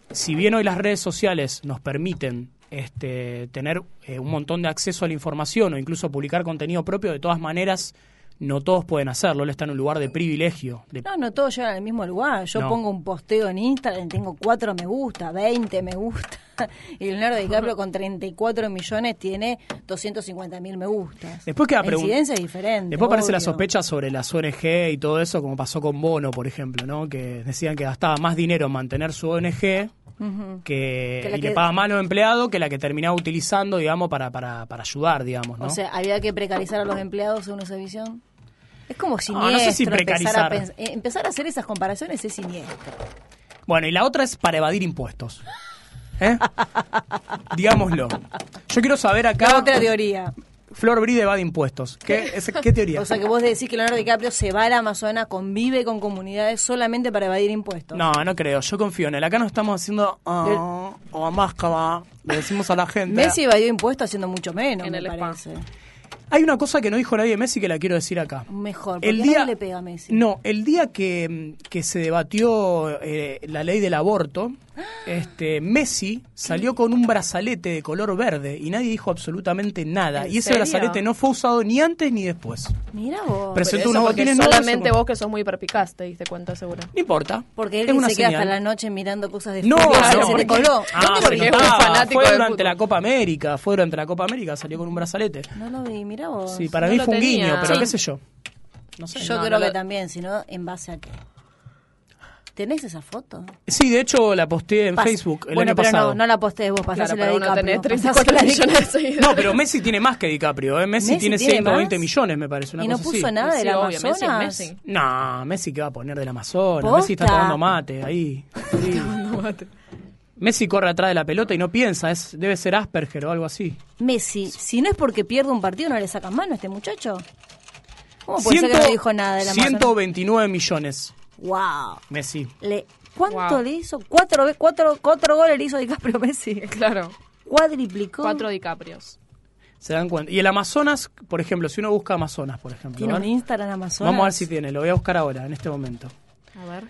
si bien hoy las redes sociales nos permiten este, tener eh, un montón de acceso a la información o incluso publicar contenido propio, de todas maneras no todos pueden hacerlo. Él está en un lugar de privilegio. de-
No, no todos llegan al mismo lugar. Yo
No.
pongo un posteo en Instagram, tengo 4 me gusta, 20 me gusta. Y Leonardo DiCaprio con 34 millones tiene 250 mil me gustas.
Después queda
la
pregun-
incidencia es diferente.
Después aparece la
obvio.
sospecha sobre las ONG y todo eso, como pasó con Bono, por ejemplo, ¿no? Que decían que gastaba más dinero en mantener su ONG
Ujú.
que,
Que la
y le
que-
paga más a los empleados que la que terminaba utilizando, digamos, para, para, para ayudar, digamos, ¿no?
O sea, había que precarizar a los empleados según esa visión. Es como
No,
siniestro.
no sé si
empezar, a
precarizar.
pens- eh, empezar a hacer esas comparaciones es siniestro.
Bueno, y la otra es para evadir impuestos. ¿Eh? Digámoslo. Yo quiero saber acá.
La otra teoría.
Flor Bride evade impuestos. ¿Qué, es- qué teoría?
O sea, que vos decís que Leonardo DiCaprio se va a la Amazonas, convive con comunidades solamente para evadir impuestos.
No, no creo. Yo confío en él. Acá no estamos haciendo. ah, o a máscara. Le decimos a la gente.
Eh, Messi evadió impuestos haciendo mucho menos,
En
me
el spa.
parece.
Hay una cosa que no dijo nadie de Messi que la quiero decir acá.
Mejor, porque
El día,
nadie le pega a Messi.
No, el día que, que se debatió eh, la ley del aborto, este, Messi salió con un brazalete de color verde y nadie dijo absolutamente nada.
¿En
Y ese
serio?
brazalete no fue usado ni antes ni después.
Mira vos.
Pero- Presentó
Pero eso
unos
porque
botines nuevos,
solamente
seguro.
vos que sos muy hiperpicaz, te diste cuenta seguro.
No importa.
porque él
es
que
una
se queda
señal.
hasta la noche mirando cosas de
No,
fútbol,
no,
se le
porque-
coló.
Ah,
No,
se
porque es un
notaba.
fanático
fue
del
durante
fútbol.
la Copa América, fue durante la Copa América, salió con un brazalete.
No lo vi, mira vos.
Sí, para
no
mí
lo
fue un
tenía.
guiño, pero
Sí.
qué sé yo. No sé.
Yo
No,
creo
no
que
lo-
también, sino en base a qué. ¿Tenés esa foto?
Sí, de hecho la posteé en
Pas-
Facebook el
bueno,
año
pero
pasado.
no, no la postees vos, pasás
Claro,
la
pero
de
uno tenés
DiCaprio,
34
pasásela de
millones de
DiCaprio.
seguidores.
No, pero Messi tiene más que DiCaprio, ¿eh? Messi,
¿Messi
tiene
tiene
120
más?
millones, me parece, una
Y no
cosa
puso
así.
nada
Sí,
del
obvio, Messi es
Amazonas.
Messi.
No, Messi que va a poner del Amazonas.
¿Posta?
Messi está tomando mate ahí. Sí. Messi corre atrás de la pelota y no piensa, es, debe ser Asperger o algo así.
Messi, si no es porque pierde un partido, no le sacan mano a este muchacho. ¿Cómo puede ser que no dijo nada de la
129 millones,
Wow.
Messi.
Le, ¿Cuánto
Wow.
le hizo? Cuatro, ve- cuatro, cuatro goles le hizo DiCaprio a Messi.
Claro,
Cuadriplicó.
cuatro DiCaprios.
Se dan cuenta. Y el Amazonas, por ejemplo, si uno busca Amazonas, por ejemplo.
Tiene
a
un
ver.
Instagram Amazonas.
Vamos a ver si tiene, lo voy a buscar ahora, en este momento.
A ver.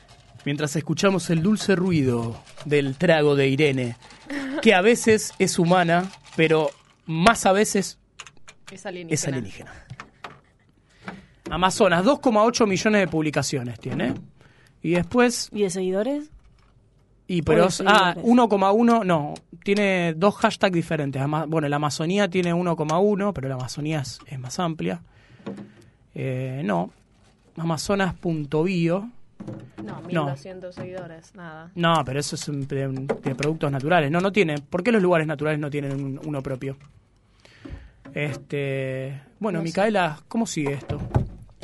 Mientras escuchamos el dulce ruido del trago de Irene, que a veces es humana, pero más a veces
Es alienígena.
es alienígena. Amazonas, 2,8 millones de publicaciones tiene. Y después,
¿Y de seguidores?
y pero,
Hola, soy
ah,
López.
1,1, no, tiene dos hashtags diferentes. Ama- bueno, la Amazonía tiene 1,1, pero la Amazonía es, es más amplia. Eh, no, amazonas.bio.
No, 1200 seguidores, nada.
No, pero eso es un- de, de productos naturales. No, no tiene. ¿Por qué los lugares naturales no tienen un- uno propio? Este, bueno, Micaela, ¿cómo sigue esto?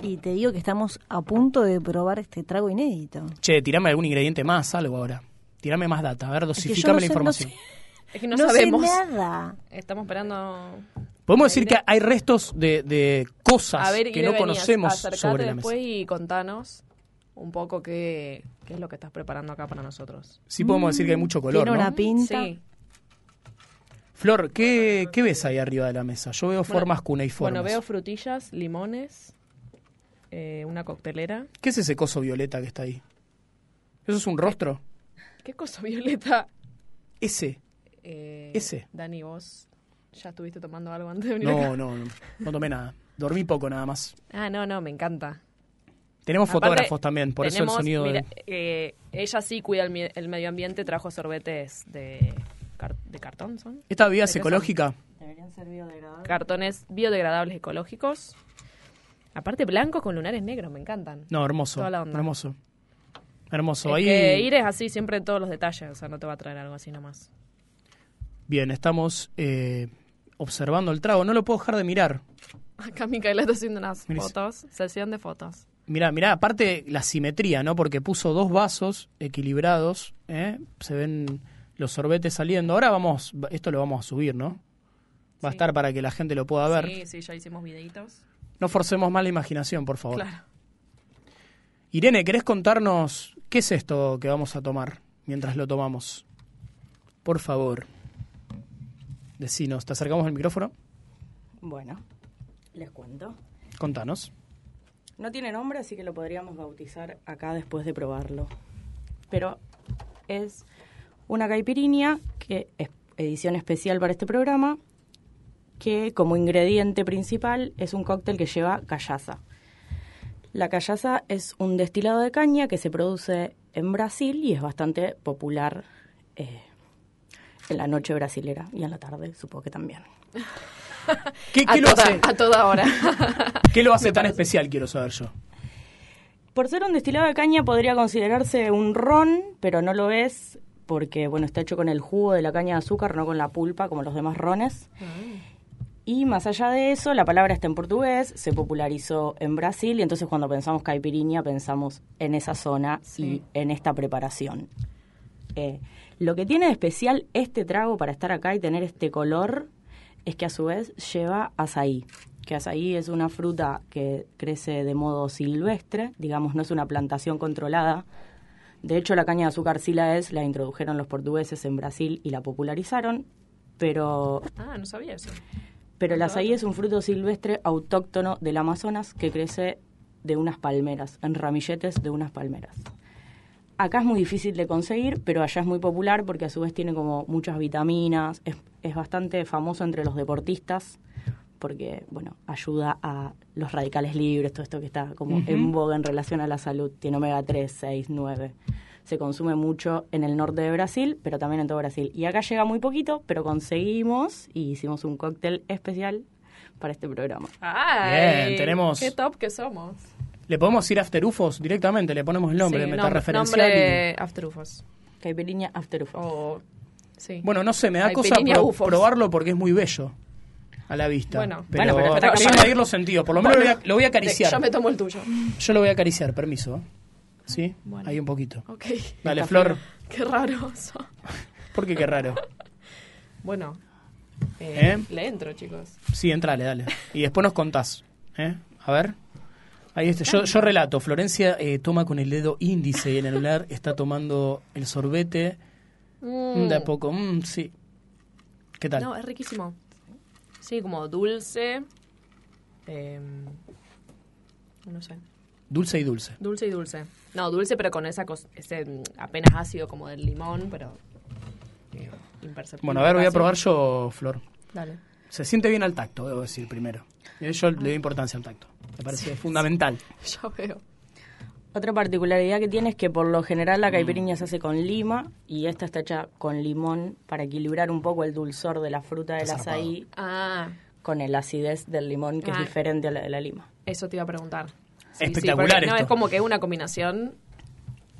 Y te digo que estamos a punto de probar este trago inédito.
Che, tirame algún ingrediente más, algo ahora. Tirame más data, a ver,
que yo
dosificame
no
la
sé- no
información.
sé-
Es que no, sabemos.
sé nada.
Estamos esperando.
Podemos decir que hay restos de, de cosas
A ver,
que
Ire,
no
venías.
conocemos
Acercate
sobre la mesa.
después y contanos un poco qué, qué es lo que estás preparando acá para nosotros.
Sí podemos decir que hay mucho color,
Tiene
¿no?
una pinta.
Sí.
Flor, ¿qué, ¿qué ves ahí arriba de la mesa? Yo veo formas cuneiformes.
Bueno, veo frutillas, limones, eh, una coctelera.
¿Qué es ese coso violeta que está ahí? ¿Eso es un rostro?
¿Qué cosa violeta?
Ese.
Eh,
Ese.
Dani, vos ya estuviste tomando algo antes de venir acá?
No, no, no, no tomé nada. Dormí poco nada más.
Ah, no, no, me encanta.
Tenemos
Aparte,
fotógrafos también, por eso el
tenemos-
sonido. de-
mira, eh, ella sí cuida el, mi- el medio ambiente, trajo sorbetes de, car- de cartón, ¿son?
Esta bebida
¿de
es
qué
ecológica.
Deberían ser biodegradables.
Cartones biodegradables ecológicos. Aparte, blancos con lunares negros, me encantan.
No, hermoso.
Toda la onda.
Hermoso. Hermoso.
Es
ahí.
que ir es así siempre en todos los detalles, o sea, no te va a traer algo así nomás.
Bien, estamos eh, observando el trago. No lo puedo dejar de mirar.
Acá Micaela está haciendo unas
Mirá.
fotos, sesión de fotos.
Mirá, mirá, aparte la simetría, ¿no? Porque puso dos vasos equilibrados. ¿eh? Se ven los sorbetes saliendo. Ahora vamos, esto lo vamos a subir, ¿no? Va a
Sí.
estar para que la gente lo pueda ver.
Sí, sí, ya hicimos videitos.
No forcemos más la imaginación, por favor.
Claro.
Irene, ¿querés contarnos qué es esto que vamos a tomar mientras lo tomamos? Por favor. Decinos, te acercamos el micrófono,
Bueno, les cuento.
contanos.
No tiene nombre, así que lo podríamos bautizar acá después de probarlo. Pero es una caipirinha, que es edición especial para este programa, que como ingrediente principal es un cóctel que lleva callaza. La callaza es un destilado de caña que se produce en Brasil y es bastante popular eh, en la noche brasilera y en la tarde, supongo que también.
¿Qué,
a,
qué lo
toda,
hace,
a toda hora.
qué lo hace tan especial, quiero saber yo?
Por ser un destilado de caña podría considerarse un ron, pero no lo es porque bueno está hecho con el jugo de la caña de azúcar, no con la pulpa como los demás rones. Y más allá de eso, la palabra está en portugués, se popularizó en Brasil y entonces cuando pensamos caipirinha pensamos en esa zona
Sí.
y en esta preparación. Eh, lo que tiene de especial este trago para estar acá y tener este color es que a su vez lleva azaí, que azaí es una fruta que crece de modo silvestre, digamos, no es una plantación controlada. De hecho, la caña de azúcar sí la es, la introdujeron los portugueses en Brasil y la popularizaron, pero
ah, no sabía eso.
pero el azaí es un fruto silvestre autóctono del Amazonas que crece de unas palmeras, en ramilletes de unas palmeras. Acá es muy difícil de conseguir, pero allá es muy popular porque a su vez tiene como muchas vitaminas, es, es bastante famoso entre los deportistas porque, bueno, ayuda a los radicales libres, todo esto que está como en boga en relación a la salud, tiene omega 3, 6, 9. Se consume mucho en el norte de Brasil, pero también en todo Brasil. Y acá llega muy poquito, pero conseguimos y hicimos un cóctel especial para este programa.
Ay,
Bien, tenemos-
Qué top que somos.
¿Le podemos ir After UFOs directamente? ¿Le ponemos el nombre
Sí,
meta
nombre,
referencial y-
nombre After Ufos.
Caipirinha After Ufo.
Oh.
O- sí.
Bueno, no sé, me da
Ay,
cosa
Pirinia
pro-
Ufos.
probarlo porque es muy bello a la vista.
Bueno,
pero,
bueno, pero-
hay que invadir los sentidos. Por lo menos lo voy a, lo voy a acariciar.
Yo me tomo el tuyo.
Yo lo voy a acariciar, permiso. ¿eh? ¿Sí?
Bueno.
Ahí un poquito.
Ok.
Dale, Flor.
Qué raro eso.
Porque qué raro.
Bueno. eh,
¿Eh?
Le entro, chicos.
Sí, entrale, dale. Y después nos contás. ¿eh? A ver. Ahí está. Yo, yo relato. Florencia eh, toma con el dedo índice y el anular está tomando el sorbete. Mm, De a poco. Mm, sí. ¿Qué tal?
No, es riquísimo. Sí, como dulce. eh, no sé.
Dulce y dulce.
Dulce y dulce. No, dulce, pero con esa cos- ese mm, apenas ácido como del limón, pero eh, imperceptible.
Bueno, a ver, voy a
casi.
probar yo, Flor.
Dale.
Se siente bien al tacto, debo decir primero. Eh, Yo le doy importancia al tacto. Me parece fundamental.
Ya veo.
Otra particularidad que tiene es que por lo general
Mm.
la caipirinha se hace con lima y esta está hecha con limón para equilibrar un poco el dulzor de la fruta del
Está zarpado.
azaí
Ah,
con el acidez del limón que
Ah.
es diferente a la de la lima.
eso te iba a preguntar.
Espectacular
porque, No,
esto.
es como que una combinación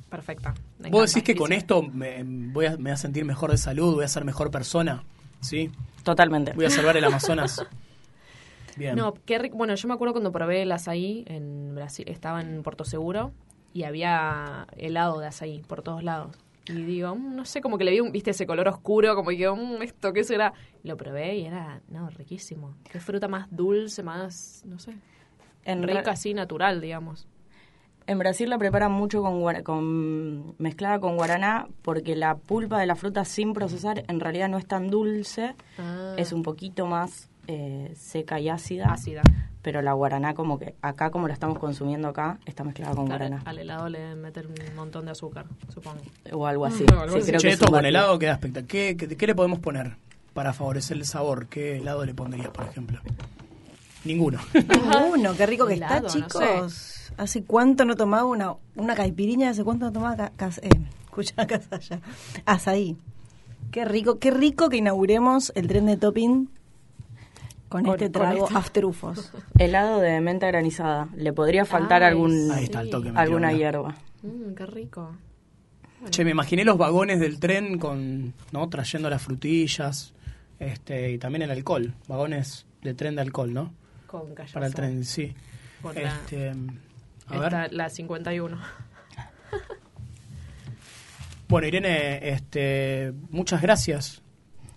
perfecta. Me
Vos
encanta,
decís que con
riquísimo.
esto me, voy a, me voy a sentir mejor de salud, voy a ser mejor persona. ¿Sí?
Totalmente.
Voy a salvar el Amazonas. Bien.
No, qué rico. Bueno, yo me acuerdo cuando probé el azaí en Brasil, estaba en Porto Seguro y había helado de azaí por todos lados. Y digo, "Mm, no sé, como que le vi, un, viste, ese color oscuro, como que, "Mm, esto, ¿qué será? Lo probé y era, no, riquísimo. Qué fruta más dulce, más, no sé,
En, ra-
rica, así, natural, digamos.
en Brasil la preparan mucho con, guara- con mezclada con guaraná porque la pulpa de la fruta sin procesar en realidad no es tan dulce,
Ah.
es un poquito más eh, seca y ácida.
Ácida.
Pero la guaraná como que acá como la estamos consumiendo acá está mezclada con
Claro,
guaraná
al helado le deben meter un montón de azúcar, supongo.
o algo así.
Mm, algo
Sí,
así.
creo
che,
que es
esto
un
con
batido.
helado queda espectacular. ¿Qué, qué, qué le podemos poner para favorecer el sabor? ¿Qué helado le pondrías, por ejemplo? Ninguno.
Uno, qué rico que
Helado, no
está, chicos. ¿Hace cuánto no tomaba una, una caipirinha? ¿Hace cuánto no tomaba ca- cas- eh, escuchá, casalla? Azaí. Qué rico, qué rico que inauguremos el tren de topping con,
Con-
este
con
trago
esto.
After Ufos.
Helado de menta granizada. Le podría faltar
Ay,
algún
Ahí está el toque. me
alguna
tiró, mirá.
hierba.
Ah, Mm, qué rico.
Che, me imaginé los vagones del tren con, ¿no? Trayendo las frutillas este, y también el alcohol. Vagones de tren de alcohol, ¿no?
Con callaza.
Para el tren, sí.
Por la-
Este, a ver.
Esta, la 51.
Bueno, Irene, este, muchas gracias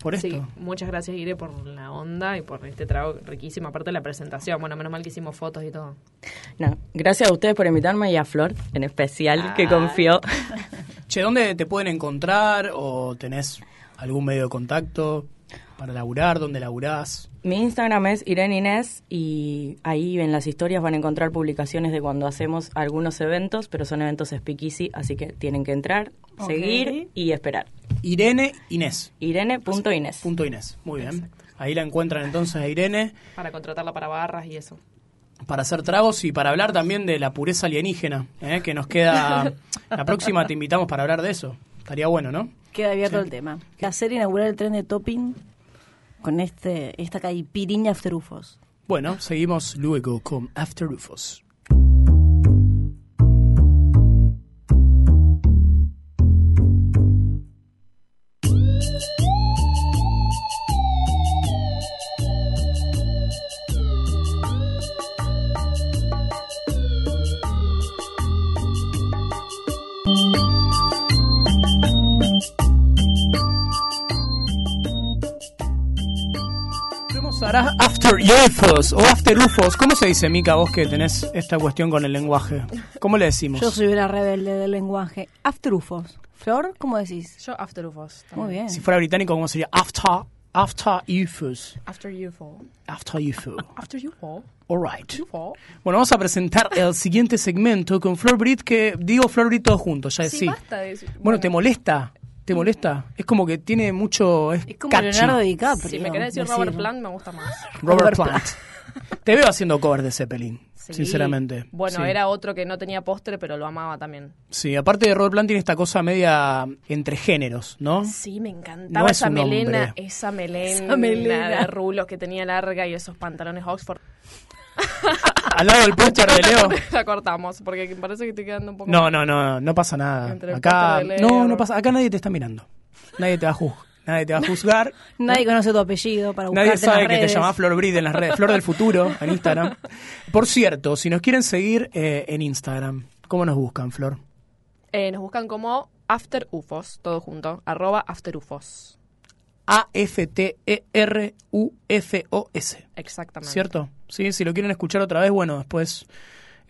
por esto.
Sí, muchas gracias Iré por la onda y por este trago riquísimo, aparte de la presentación. Bueno, menos mal que hicimos fotos y todo.
No, gracias a ustedes por invitarme y a Flor en especial que
Ah.
confió.
Che, ¿dónde te pueden encontrar o tenés algún medio de contacto para laburar? ¿Dónde laburás?
Mi Instagram es Irene Inés y ahí en las historias van a encontrar publicaciones de cuando hacemos algunos eventos, pero son eventos speakeasy, así que tienen que entrar,
Ok.
seguir y esperar.
Irene Inés.
Irene.inés.
Punto Inés. Muy bien. Ahí la encuentran entonces a Irene.
Para contratarla para barras y eso.
para hacer tragos y para hablar también de la pureza alienígena, ¿eh? que nos queda... La próxima te invitamos para hablar de eso. Estaría bueno, ¿no?
Queda abierto el tema. La serie inaugural el tren de Topping con este, esta caipiriña After Ufos.
Bueno, seguimos luego con After Rufus. Vamos ahora a After UFOs o After UFOs. ¿Cómo se dice, Mica, vos que tenés esta cuestión con el lenguaje? ¿Cómo le decimos?
Yo soy una rebelde del lenguaje. After Ufos. Flor, ¿cómo decís?
Yo after UFOs. también.
Muy bien.
Si fuera británico, ¿cómo sería? After, after UFOs.
After UFO.
After UFO.
After UFO.
All right.
UFO.
Bueno, vamos a presentar el siguiente segmento con Flor Brit, que digo Flor Brit todos juntos, ya
Sí,
sí.
basta Mm. de eso.
Bueno, ¿te molesta? ¿Te molesta? Es como que tiene mucho... Es,
Es como
catchy.
Leonardo DiCaprio.
Si me querés decir
decir.
Robert Plant, me gusta más.
Robert Plant. Te veo haciendo cover de Zeppelin,
Sí.
sinceramente.
Bueno,
Sí.
era otro que no tenía postre, pero lo amaba también.
Sí, aparte de Robert Plant tiene esta cosa media entre géneros, ¿no?
Sí, me encantaba
No es
esa,
un
melena,
hombre.
esa melena,
Esa melena.
de rulos que tenía larga y esos pantalones Oxford.
Al lado del póster de Leo.
La cortamos, porque parece que estoy quedando un poco...
No, no, no, no pasa nada.
Entre el
Acá
póster de Leo.
no, no pasa, acá nadie te está mirando. Nadie te va a juzgar. Nadie te va a juzgar.
Nadie conoce tu apellido para buscarte
Nadie sabe
en las
que te
redes.
llamás Flor Brid en las redes, Flor del Futuro en Instagram. Por cierto, si nos quieren seguir eh, en Instagram, ¿cómo nos buscan, Flor?
Eh, nos buscan como After UFOs, todo junto, arroba After UFOs.
E A-F-T-E-R-U-F-O-S.
Exactamente.
¿Cierto? Sí, si lo quieren escuchar otra vez, bueno, después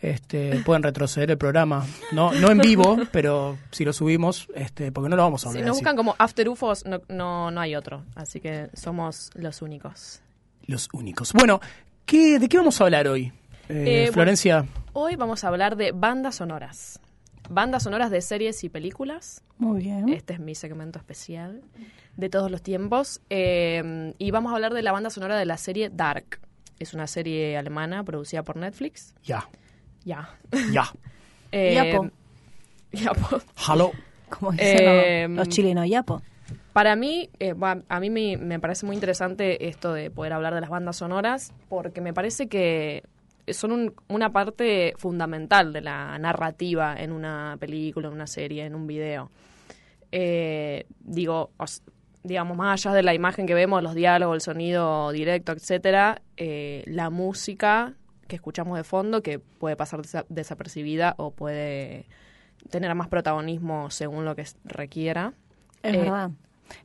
este, pueden retroceder el programa. No, no en vivo, pero si lo subimos, este, porque no lo vamos a
Si
volver a
nos
decir.
buscan como After UFOs, no, no, no hay otro. Así que somos los únicos.
Los únicos. Bueno, ¿qué, ¿de qué vamos a hablar hoy? Eh,
Eh,
Florencia,
Hoy vamos a hablar de bandas sonoras. Bandas sonoras de series y películas.
Muy bien.
Este es mi segmento especial de todos los tiempos. Eh, y vamos a hablar de la banda sonora de la serie Dark. Es una serie alemana producida por Netflix.
ya,
Ya.
ya.
Eh,
Yapo.
Yapo.
Halo.
Como dicen
Eh,
los, los chilenos. Yapo.
Para mí, eh, va- a mí me, me parece muy interesante esto de poder hablar de las bandas sonoras, porque me parece que son un- una parte fundamental de la narrativa en una película, en una serie, en un video. Eh, digo, os- digamos, más allá de la imagen que vemos, los diálogos, el sonido directo, etcétera, eh, la música que escuchamos de fondo, que puede pasar desa- desapercibida o puede tener más protagonismo según lo que s- requiera.
Es
Eh,
verdad.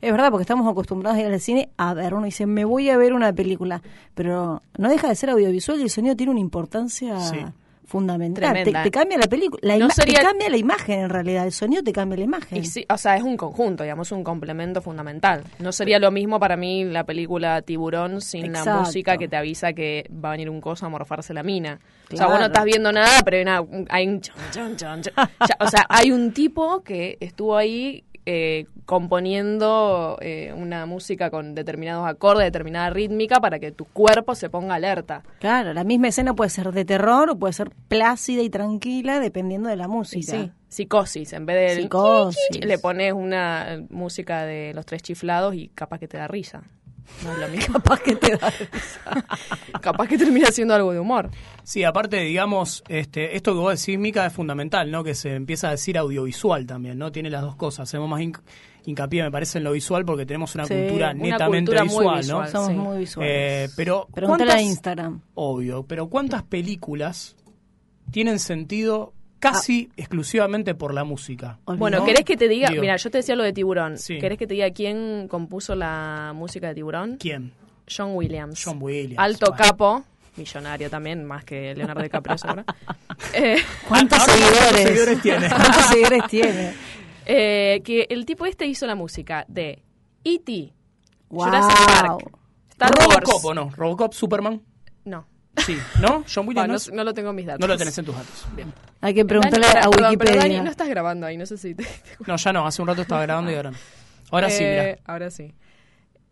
Es verdad, porque estamos acostumbrados a ir al cine a ver. Uno dice, me voy a ver una película. Pero no deja de ser audiovisual y el sonido tiene una importancia
Sí.
fundamental. Te,
Tremenda.
te cambia la película. la
No
ima-
sería-
Te cambia la imagen, en realidad. El sonido te cambia la imagen.
Y sí, o sea, es un conjunto, digamos, un complemento fundamental. No sería lo mismo para mí la película Tiburón sin la
Exacto.
música que te avisa que va a venir un coso a morfarse la mina. O sea,
Claro.
vos no estás viendo nada, pero hay, una- hay un chon, chon, chon, chon. Ya, O sea, hay un tipo que estuvo ahí eh, componiendo eh, una música con determinados acordes, determinada rítmica, para que tu cuerpo se ponga alerta.
Claro, la misma escena puede ser de terror o puede ser plácida y tranquila dependiendo de la
Sí,
música.
sí. Psicosis, en vez de...
Psicosis.
Le pones una eh, música de los tres chiflados y capaz que te da risa. No es lo mismo.
Capaz que te da-
capaz que termina siendo algo de humor.
Sí, aparte, digamos, este, esto que vos decís, Mica, es fundamental, ¿no? Que se empieza a decir audiovisual también, ¿no? Tiene las dos cosas. Hacemos más hinc- hincapié, me parece, en lo visual porque tenemos una
Sí,
cultura
una
netamente
cultura muy
visual,
visual.
¿no?
Somos
Sí.
muy
Eh,
visuales.
pero
Preguntale
¿cuántas-
a Instagram.
Obvio, pero ¿cuántas películas tienen sentido casi exclusivamente por la música?
Olvidó.
Bueno, ¿querés que te diga?
Digo.
Mira, yo te decía lo de Tiburón.
Sí.
¿Querés que te diga quién compuso la música de Tiburón?
¿Quién?
John Williams.
John Williams.
Alto
Bueno.
capo, millonario también, más que Leonardo DiCaprio seguro. Eh,
¿Cuántos
Ahora,
seguidores?
seguidores tiene?
¿Cuántos seguidores tiene?
eh, que el tipo este hizo la música de E.T.,
Wow.
Jurassic Park, Star
Robocop, ¿o
Wars.
no? Robocop, Superman.
No,
Sí, ¿no? John
Va,
Williams.
no,
no,
no lo tengo en mis datos.
No lo tenés en tus datos. Bien.
Hay que preguntarle
Dani, para-
a
perdón,
Wikipedia.
pero Dani, no estás grabando ahí, no sé si te...
No, ya no, hace un rato estaba grabando y ahora no. Ahora sí,
Eh,
mira.
Ahora sí.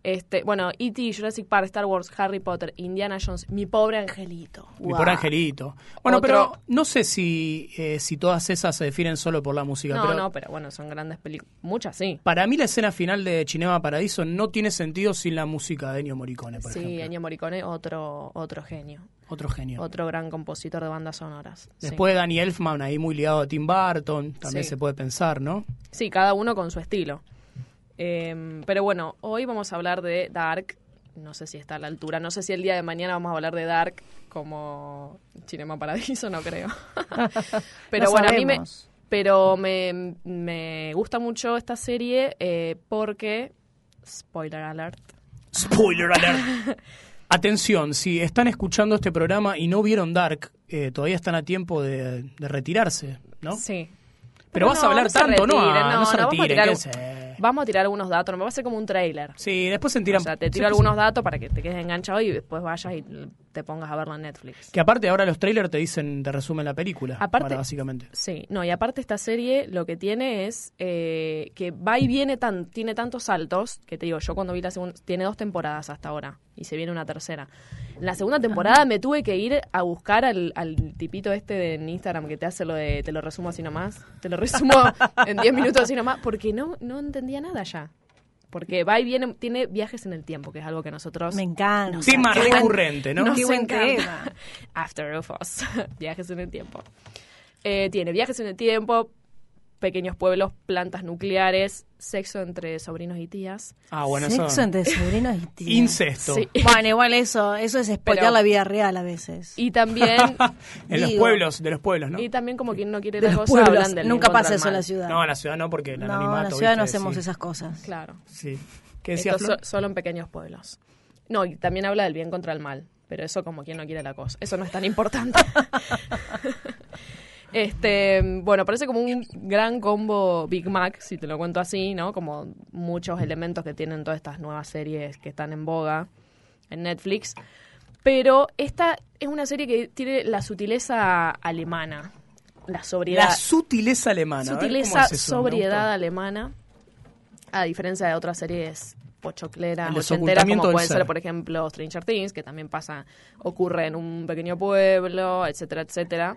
Este, bueno, E.T., Jurassic Park, Star Wars, Harry Potter, Indiana Jones, Mi Pobre Angelito.
Mi
Guau.
por Angelito. Bueno,
Otro-
pero no sé si, eh, si todas esas se definen solo por la música.
No,
pero
no, pero bueno, son grandes películas. Muchas sí.
Para mí la escena final de Cinema Paradiso no tiene sentido sin la música de Ennio Morricone, por
Sí,
ejemplo.
Ennio Morricone, otro, otro genio.
Otro genio.
Otro gran compositor de bandas sonoras. Sí.
Después Danny Elfman, ahí muy ligado a Tim Burton, también
Sí.
se puede pensar, ¿no?
Sí, cada uno con su estilo. Eh, pero bueno, hoy vamos a hablar de Dark. No sé si está a la altura. No sé si el día de mañana vamos a hablar de Dark como Cinema Paradiso, no creo. pero
No
bueno, a mí me,
sabemos.
pero me, me gusta mucho esta serie eh, porque, spoiler alert,
Spoiler alert. Atención, si están escuchando este programa y no vieron Dark, eh, todavía están a tiempo de, de retirarse, ¿no?
sí.
Pero, vas a
no,
hablar
no se
tanto, ¿no?
retiren,
Ah, No,
no,
se
no, vamos a
retiren,
tirar
quédense.
un- Vamos a tirar algunos datos, no va a ser como un trailer.
Sí, después se
O
tiran.
sea, te
sí,
tiro
sí.
algunos datos para que te quedes enganchado y después vayas y te pongas a verla en Netflix.
Que aparte ahora los trailers te dicen, te resumen la película.
Aparte-
ahora, básicamente.
Sí, no, y aparte esta serie lo que tiene es eh, que va y viene, tan, tiene tantos saltos, que te digo, yo cuando vi la segunda, tiene dos temporadas hasta ahora, y se viene una tercera. En la segunda temporada me tuve que ir a buscar al, al tipito este de en Instagram que te hace lo de, te lo resumo así nomás, te lo resumo en 10 minutos así nomás, porque no, no entendía nada ya. Porque va y viene, tiene viajes en el tiempo, que es algo que nosotros...
Me encanta.
Tema
Qué buen-
recurrente, ¿no?
No.
Qué
Nos
buen
encanta.
tema.
After UFOs. viajes en el tiempo. Eh, tiene viajes en el tiempo, pequeños pueblos, plantas nucleares, sexo entre sobrinos y tías.
Ah, bueno,
Sexo
eso.
entre sobrinos y tíos.
Incesto.
Sí.
Bueno, igual eso, eso es spoilear
Pero-
la vida real a veces.
Y también,
en los
Digo.
pueblos, de los pueblos, ¿no?
y también como quien no quiere
de
la
los
cosa,
pueblos.
hablan del
Nunca
bien contra
pasa
el
eso en la
mal.
ciudad.
No, en la ciudad no, porque el
no, en
anonimato.
la ciudad no
¿viste?
hacemos
Sí.
esas cosas.
Claro.
Sí. ¿Qué decías,
Esto so-
Flor?
solo en pequeños pueblos. No, y también habla del bien contra el mal, pero eso como quien no quiere la cosa. Eso no es tan importante. este, bueno, parece como un gran combo Big Mac, si te lo cuento así, ¿no? Como muchos elementos que tienen todas estas nuevas series que están en boga en Netflix. Pero esta es una serie que tiene la sutileza alemana, la sobriedad.
La sutileza alemana. a ver, ¿cómo
Sutileza,
es eso? Me
sobriedad
gustó.
alemana, a diferencia de otras series pochocleras,
El
ochenteras,
desocultamiento
como
del
pueden ser.
ser.
por ejemplo, Stranger Things, que también pasa, ocurre en un pequeño pueblo, etcétera, etcétera.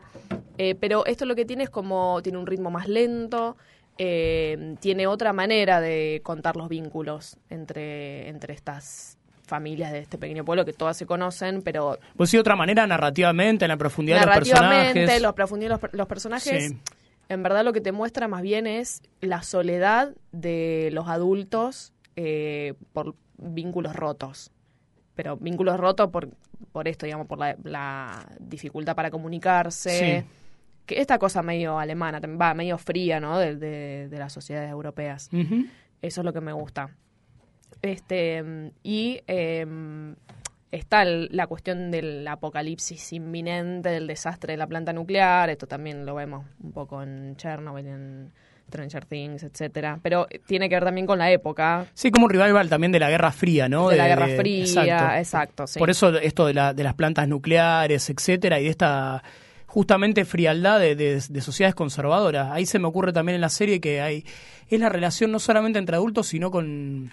Eh, pero esto lo que tiene es como, tiene un ritmo más lento, eh, tiene otra manera de contar los vínculos entre, entre estas familias de este pequeño pueblo que todas se conocen, pero
Pues sí, de otra manera, narrativamente, en la profundidad de los
narrativamente,
personajes.
los, profundidad de los, per- los personajes,
Sí.
en verdad lo que te muestra más bien es la soledad de los adultos eh, por vínculos rotos. Pero vínculos rotos por, por esto, digamos, por la, la dificultad para comunicarse.
Sí.
Que esta cosa medio alemana, también va, medio fría, ¿no? De, de- de las sociedades europeas.
Ujú.
Eso es lo que me gusta. Este, mm, y em, está el- la cuestión del apocalipsis inminente, del desastre de la planta nuclear. Esto también lo vemos un poco en Chernobyl, en Stranger Things, etcétera. Pero eh, tiene que ver también con la época
Sí, como un revival también de la Guerra Fría, ¿no?
de, la Guerra
de-
Fría.
exacto.
Exacto, sí.
Por eso esto de, la- de las plantas nucleares, etcétera, y de esta justamente frialdad de, de- de sociedades conservadoras. Ahí se me ocurre también en la serie que hay es la relación no solamente entre adultos, sino con,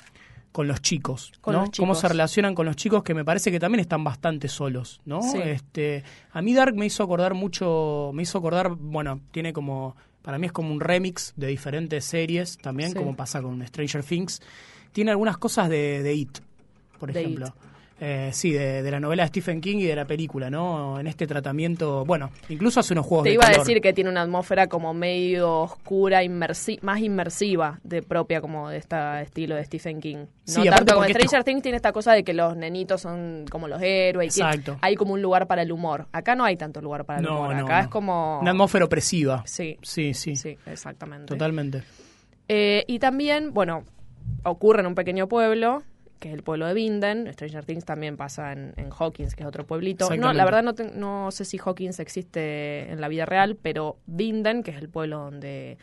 con los chicos,
Con
¿no?
los chicos.
Cómo se relacionan con los chicos, que me parece que también están bastante solos, ¿no?
Sí.
Este, a mí Dark me hizo acordar mucho, me hizo acordar, bueno, tiene como, para mí es como un remix de diferentes series también,
Sí.
como pasa con Stranger Things. Tiene algunas cosas de, de It, por
De
ejemplo.
It.
Eh, sí, de, de la novela de Stephen King y de la película, ¿no? En este tratamiento, bueno, incluso hace unos juegos
Te
de
iba a
calor.
decir que tiene una atmósfera como medio oscura, inmersi- más inmersiva, de propia como de este estilo de Stephen King. No
Sí, aparte
tanto como
porque
en
este
Stranger Things tiene esta cosa de que los nenitos son como los héroes. y tiene-
Exacto.
hay como un lugar para el humor. Acá no hay tanto lugar para el
No,
humor.
no,
Acá
no.
es como...
Una atmósfera opresiva.
Sí,
Sí, sí,
sí, exactamente.
totalmente.
Eh, y también, bueno, ocurre en un pequeño pueblo, que es el pueblo de Binden. Stranger Things también pasa en, en Hawkins, que es otro pueblito. No,
Exactamente.
la verdad no, te- no sé si Hawkins existe en la vida real, pero Binden, que es el pueblo donde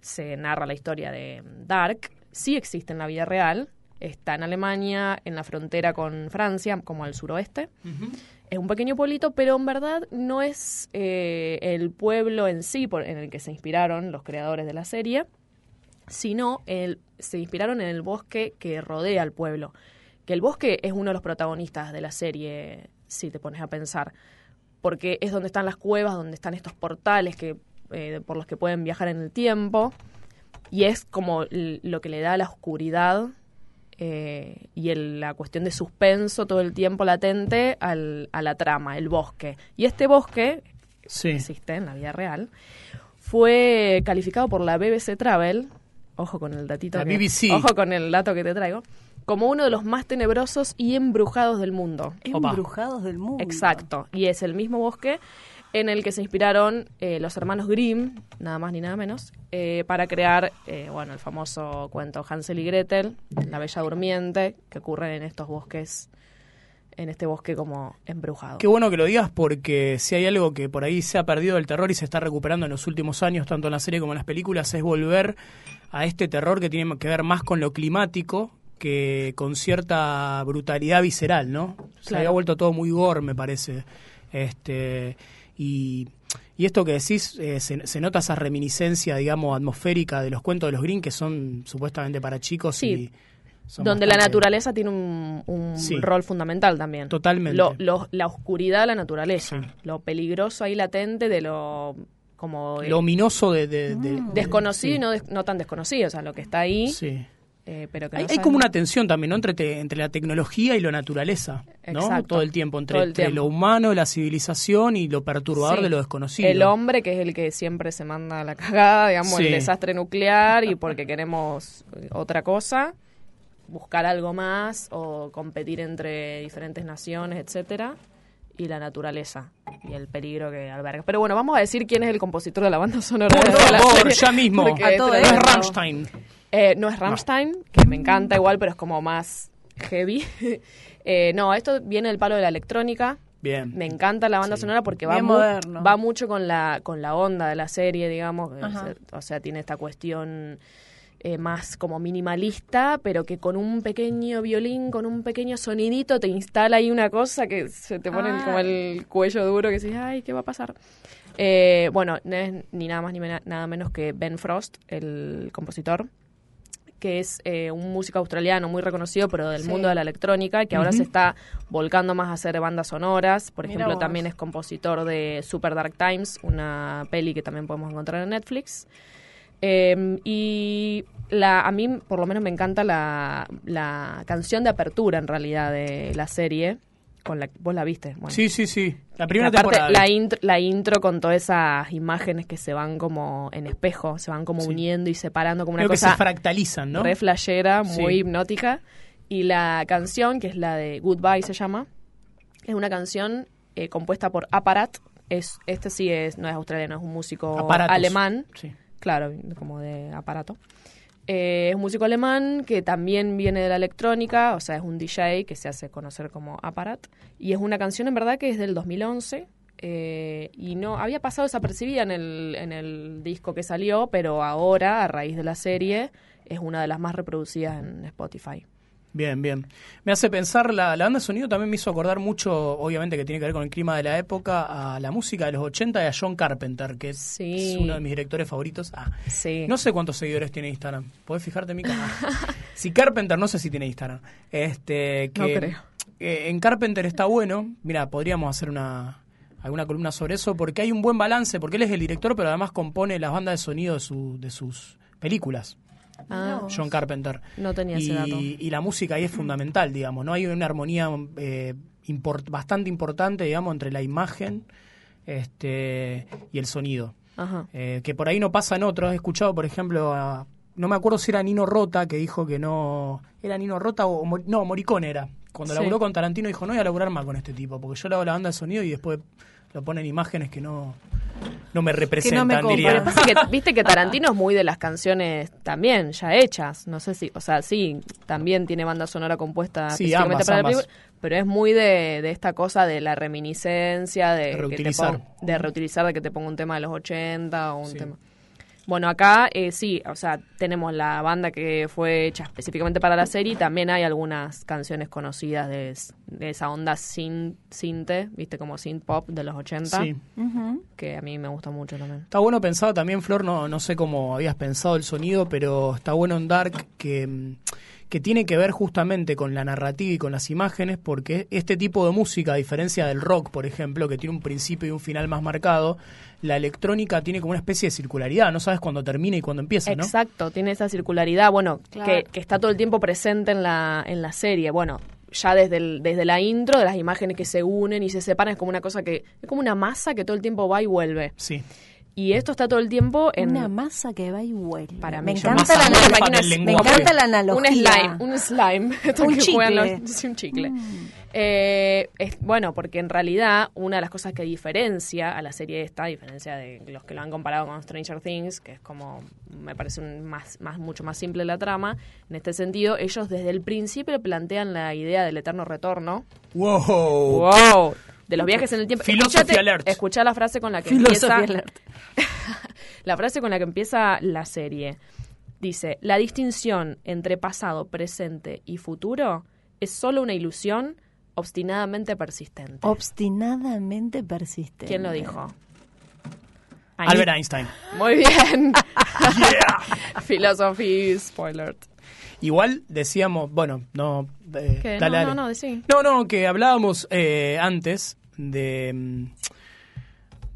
se narra la historia de Dark, sí existe en la vida real. Está en Alemania, en la frontera con Francia, como al suroeste. Es un pequeño pueblito, pero en verdad no es eh, el pueblo en sí por- en el que se inspiraron los creadores de la serie, sino el- se inspiraron en el bosque que rodea al pueblo, que el bosque es uno de los protagonistas de la serie, si te pones a pensar, porque es donde están las cuevas, donde están estos portales que, eh, por los que pueden viajar en el tiempo, y es como lo que le da la oscuridad eh, y el- la cuestión de suspenso todo el tiempo latente al- a la trama, el bosque. Y este bosque
Sí.
existe en la vida real, fue calificado por la BBC Travel, ojo con el datito,
La
que-
BBC.
ojo con el dato que te traigo, como uno de los más tenebrosos y embrujados del mundo.
Opa.
Embrujados del mundo.
Exacto, y es el mismo bosque en el que se inspiraron eh, los hermanos Grimm, nada más ni nada menos, eh, para crear, eh, bueno, el famoso cuento Hansel y Gretel, La Bella Durmiente, que ocurre en estos bosques, en este bosque como embrujado.
Qué bueno que lo digas porque si hay algo que por ahí se ha perdido del terror y se está recuperando en los últimos años, tanto en la serie como en las películas, es volver a este terror que tiene que ver más con lo climático que con cierta brutalidad visceral, ¿no? Se
Claro.
había vuelto todo muy gore, me parece. Este, y, y esto que decís, eh, se, se nota esa reminiscencia, digamos, atmosférica de los cuentos de los Green, que son supuestamente para chicos
Sí.
y... son
donde la
bastante-
naturaleza tiene un, un
Sí.
rol fundamental también.
Totalmente.
Lo- lo- la oscuridad de la naturaleza,
Sí.
lo peligroso ahí latente de lo como eh,
Lo ominoso de... de- de-
Ah. desconocido
sí.
y no, des- no tan desconocido, o sea, lo que está ahí,
Sí.
eh, pero que
Hay,
no
hay
sabes-
como una tensión también, ¿no? Entre, te- entre la tecnología y la naturaleza, ¿no?
Exacto.
Todo el tiempo, entre,
Todo el
entre
tiempo.
lo humano, la civilización y lo perturbador
Sí.
de lo desconocido.
El hombre, que es el que siempre se manda a la cagada, digamos,
Sí.
el desastre nuclear y porque queremos eh, otra cosa, buscar algo más o competir entre diferentes naciones, etcétera Y la naturaleza y el peligro que alberga. Pero bueno, vamos a decir quién es el compositor de la banda sonora.
Por
de la
favor,
serie,
ya mismo.
porque
A todo
No
te lo
es
esto.
digo.
Rammstein.
Eh, no es Rammstein, que me encanta igual, pero es como más heavy. Eh, no, esto viene del palo de la electrónica.
Bien.
Me encanta la banda sonora porque va,
Bien
mu-
moderno.
va mucho con la, con la onda de la serie, digamos. que
Ajá.
se- O sea, tiene esta cuestión eh, más como minimalista, pero que con un pequeño violín, con un pequeño sonidito, te instala ahí una cosa que se te pone
Ah.
como el cuello duro, que dices, ay, ¿qué va a pasar? Eh, bueno, no es ni nada más ni mena- nada menos que Ben Frost, el compositor que es eh, un músico australiano muy reconocido, pero del
Sí.
mundo de la electrónica, que ahora se está volcando más a hacer bandas sonoras. Por
Mira
ejemplo,
vos.
también es compositor de Super Dark Times, una peli que también podemos encontrar en Netflix. Eh, y la, a mí, por lo menos, me encanta la, la canción de apertura, en realidad, de la serie. Con la, vos la viste, bueno.
Sí, sí, sí. La primera
Aparte,
temporada.
La, int- la intro con todas esas imágenes que se van como en espejo, se van como
Sí.
uniendo y separando como una
Creo que
cosa
se fractalizan, ¿no?
re flashera, muy
Sí.
hipnótica. Y la canción, que es la de Goodbye se llama, es una canción eh, compuesta por Aparat. Es, este sí es, no es australiano, es un músico
Aparatos.
alemán.
Sí.
Claro, como de aparato. Eh, es un músico alemán que también viene de la electrónica, o sea, es un DJ que se hace conocer como Aparat. Y es una canción en verdad que es del 2011 eh, y no había pasado desapercibida en el, en el disco que salió, pero ahora, a raíz de la serie, es una de las más reproducidas en Spotify.
Bien, bien. Me hace pensar, la, la banda de sonido también me hizo acordar mucho, obviamente que tiene que ver con el clima de la época, a la música de los 80 y a John Carpenter, que es,
Sí.
es uno de mis directores favoritos. Ah.
Sí.
No sé cuántos seguidores tiene Instagram. Podés fijarte en mi canal. si Carpenter, no sé si tiene Instagram. Este, que,
No creo.
eh, en Carpenter está bueno. Mira, podríamos hacer una alguna columna sobre eso porque hay un buen balance, porque él es el director, pero además compone las bandas de sonido de, su- de sus películas.
Ah,
John Carpenter.
No tenía
y,
ese dato.
Y la música ahí es fundamental, digamos, ¿no? Hay una armonía eh, import- bastante importante, digamos, entre la imagen este, y el sonido.
ajá.
Eh, que por ahí no pasa en otros. He escuchado, por ejemplo, a- no me acuerdo si era Nino Rota que dijo que no. ¿Era Nino Rota o.? Mor- No, Moricón era. Cuando
Sí.
laburó con Tarantino dijo: No voy a laburar más con este tipo, porque yo le hago la banda de sonido y después lo ponen imágenes que no, no me representan,
compran.
diría.
Pero
Pasa que, viste que Tarantino es muy de las canciones también ya hechas. No sé si, o sea, sí, también tiene banda sonora compuesta
Sí,
específicamente
ambas,
para la
ambas.
película, pero es muy de, de esta cosa de la reminiscencia, de, que te
Reutilizar.
pon- de reutilizar, de que te ponga un tema de los 80 o un
Sí.
tema. Bueno, acá eh, sí, o sea, tenemos la banda que fue hecha específicamente para la serie y también hay algunas canciones conocidas de, es- de esa onda synth, synth, viste, como synth pop de los 80,
Sí.
Ujú.
que a mí me gusta mucho también.
Está bueno pensado también, Flor, no, no sé cómo habías pensado el sonido, pero está bueno en Dark que, mm, que tiene que ver justamente con la narrativa y con las imágenes, porque este tipo de música, a diferencia del rock, por ejemplo, que tiene un principio y un final más marcado, la electrónica tiene como una especie de circularidad, no sabes cuándo termina y cuándo empieza, ¿no?
Exacto, tiene esa circularidad, bueno,
Claro.
que, que está todo el tiempo presente en la, en la serie. Bueno, ya desde, el- desde la intro, de las imágenes que se unen y se separan, es como una cosa que. Es como una masa que todo el tiempo va y vuelve.
Sí.
Y esto está todo el tiempo en.
Una masa que va y vuelve.
Para
me
mí, yo
encanta,
masa
la,
muerta
analogía.
del
me
lenguaje.
encanta la analogía.
un slime, un slime. Esto
Un
que juegan
chicle. Mm.
los- sí, un chicle. Eh, es, bueno, porque en realidad una de las cosas que diferencia a la serie esta, a diferencia de los que lo han comparado con Stranger Things, que es como, me parece un más, más, mucho más simple la trama, en este sentido, ellos desde el principio plantean la idea del eterno retorno.
Wow.
¡Wow! De los viajes en el tiempo.
Philosophy
Escuchate-
alert.
Escuchá la frase con la que
Philosophy
empieza...
alert.
la frase con la que empieza la serie. Dice, la distinción entre pasado, presente y futuro es solo una ilusión obstinadamente persistente.
Obstinadamente persistente.
¿Quién lo dijo? Ani-
Albert Einstein.
Muy bien. Philosophy spoiler.
Igual decíamos, bueno, no, eh,
¿Qué?
dale,
no,
dale.
no, no, decí.
No, no, que hablábamos eh, antes de, mm,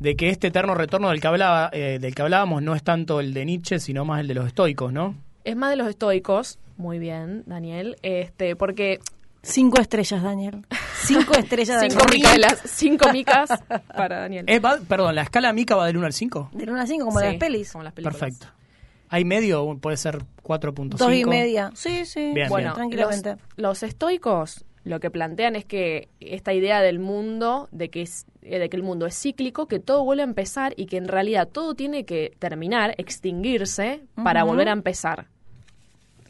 de que este eterno retorno del que, hablaba, eh, del que hablábamos no es tanto el de Nietzsche, sino más el de los estoicos, ¿no?
Es más de los estoicos. Muy bien, Daniel. Este, porque
Cinco estrellas, Daniel. Cinco estrellas, Daniel.
cinco micaelas, cinco micas para Daniel.
Eh, va- perdón, ¿la escala mica va del 1 al 5?
Del 1 a 5, como
Sí,
en las pelis.
como las películas.
Perfecto. ¿Hay medio? o Puede ser 4.5.
Dos y media. Sí, sí.
Bien,
Bueno,
bien.
tranquilamente.
Los, los estoicos lo que plantean es que esta idea del mundo, de que, es, eh, de que el mundo es cíclico, que todo vuelve a empezar y que en realidad todo tiene que terminar, extinguirse, para
Ujú.
volver a empezar.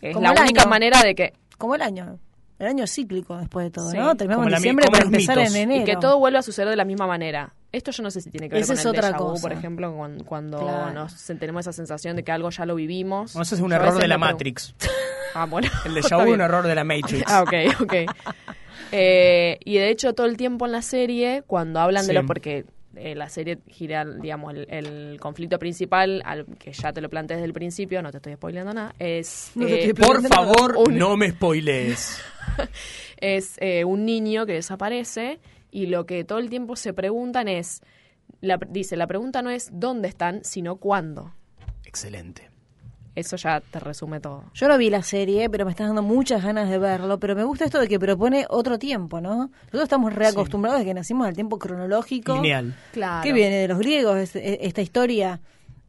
Es
Como
la
el
única
año.
manera de que,
Como el año. El año es cíclico después de todo,
Sí.
¿no? Terminamos
Como
en
la mi-
diciembre
como
para
los
empezar
mitos.
en
Y
enero.
y que todo vuelva a suceder de la misma manera. Esto yo no sé si tiene que ver
Esa
con
es
el
otra
déjà vu,
cosa.
por ejemplo, con- cuando
Claro.
nos tenemos esa sensación de que algo ya lo vivimos.
No, ese es un
Yo a
error
veces
de la
me pregun-
Matrix.
Ah, bueno.
El de
está
Shaw es
bien.
un error de la Matrix.
Ah, ok, ok. Eh, y de hecho, todo el tiempo en la serie, cuando hablan
Sí.
de lo. Porque eh, la serie gira, digamos, el, el conflicto principal, al que ya te lo planteé desde el principio, no te estoy spoileando nada, es.
No te
eh,
estoy
Por favor,
Un-
no me spoilees.
es eh, un niño que desaparece y lo que todo el tiempo se preguntan es. La, pr- dice, la pregunta no es dónde están, sino cuándo.
Excelente.
Eso ya te resume todo.
Yo no vi la serie, pero me están dando muchas ganas de verlo. Pero me gusta esto de que propone otro tiempo, ¿no? Nosotros estamos reacostumbrados de que nacimos al tiempo cronológico.
Lineal.
Claro.
Que viene de los griegos es- e- esta historia.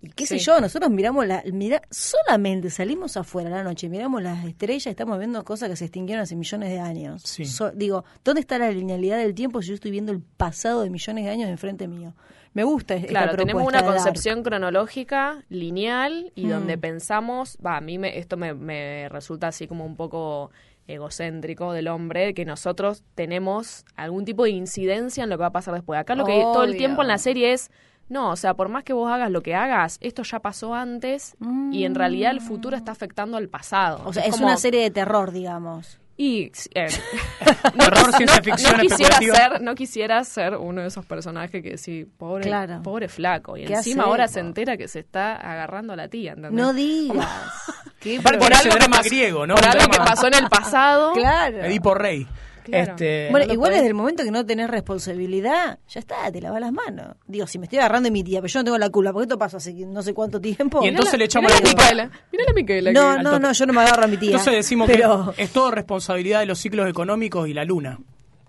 Y qué sé
Sí.
yo, nosotros miramos la. Mira, solamente salimos afuera a la noche, miramos las estrellas, estamos viendo cosas que se extinguieron hace millones de años.
Sí.
So- digo, ¿dónde está la linealidad del tiempo si yo estoy viendo el pasado de millones de años enfrente mío? Me gusta esta
Claro, tenemos
propuesta
una
de Mm. Dark.
concepción cronológica, lineal, y donde pensamos, va, a mí me, esto me, me resulta así como un poco egocéntrico del hombre, que nosotros tenemos algún tipo de incidencia en lo que va a pasar después. Acá lo que todo el
Obvio.
tiempo en la serie es, no, o sea, por más que vos hagas lo que hagas, esto ya pasó antes y en realidad el futuro está afectando al pasado.
Mm. O sea, es,
como-
una serie de terror, digamos.
y eh,
Terror, ciencia
no,
ficción,
no quisiera
especulativa.
ser, no quisiera ser uno de esos personajes que sí, pobre,
Claro.
pobre flaco. Y
¿Qué
encima
hace?
ahora se entera que se está agarrando a la tía, ¿entendés?
No digas. Qué
Aparte,
pro-
por algo drama
pasó-
griego, ¿no?
Por
Un
algo que
drama-
pasó en el pasado.
claro.
Edipo Rey.
Claro.
Este,
Bueno,
no lo
igual
podés-
desde el momento que no tenés responsabilidad, ya está, te lavas las manos. Digo, si me estoy agarrando de mi tía, pero yo no tengo la culpa, porque esto pasó hace no sé cuánto tiempo.
Y entonces
Mirá la-
le echamos la
mirá la
culpa.
Micaela. Mirá la Micaela.
no,
que-
no, no, yo no me agarro a mi tía.
Entonces decimos
pero...
que es todo responsabilidad de los ciclos económicos y la luna,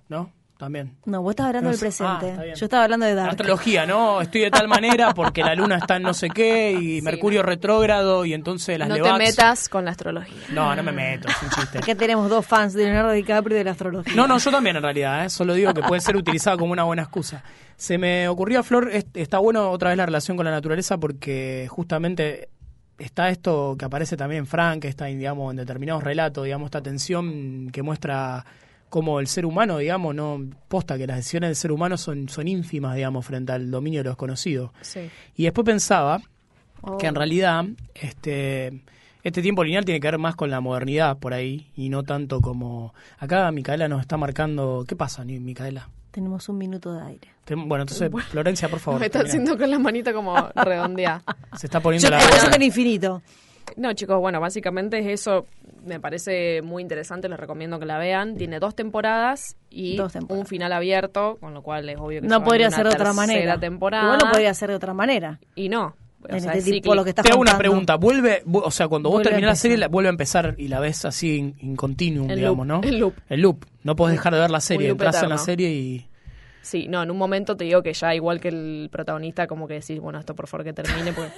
¿no? También.
No, vos estabas hablando
No
del
sé. Ah,
presente.
está bien.
yo estaba hablando de
La
Dark.
astrología, ¿no? Estoy de tal manera porque la luna está en no sé qué y Mercurio retrógrado y entonces las
No te
Levax-
metas con la astrología.
No, no me meto, es un chiste.
Acá tenemos dos fans de Leonardo DiCaprio y de la astrología.
No, no, yo también en realidad, ¿eh? solo digo que puede ser utilizada como una buena excusa. Se me ocurrió, Flor, es- está bueno otra vez la relación con la naturaleza porque justamente está esto que aparece también en Frank, está en, digamos, en determinados relatos, digamos, esta tensión que muestra cómo el ser humano, digamos, no posta que las decisiones del ser humano son, son ínfimas, digamos, frente al dominio de los conocidos.
Sí.
Y después pensaba
Oh.
que en realidad este, este tiempo lineal tiene que ver más con la modernidad por ahí y no tanto como... Acá Micaela nos está marcando... ¿Qué pasa, Ni- Micaela?
Tenemos un minuto de aire.
Ten- Bueno, entonces, Florencia, por favor.
Me está
termina.
haciendo con la manita como redondeada.
Se está
Yo
poniendo la...
te voy a hacer el infinito.
No, chicos, bueno, básicamente es eso. Me parece muy interesante, les recomiendo que la vean. Tiene dos temporadas y
Dos temporadas.
un final abierto, con lo cual es obvio que se va a
No podría
venir
ser de
una
otra manera.
tercera temporada.
Igual no podría ser de otra manera.
Y no.
En
O sea,
este
es
tipo lo
cíclico.
que está
Te hago una
contando.
pregunta. Vuelve, vu- o sea, cuando vos
Vuelve a
terminás la
empezar.
serie, la, vuelve a empezar y la ves así en, en continuum,
En
digamos,
loop,
¿no?
en loop.
El loop. No podés dejar de ver la serie.
loop
Entras en la
eterno.
serie y.
Sí, no, en un momento te digo que ya igual que el protagonista, como que decís, bueno, esto por favor que termine. Porque...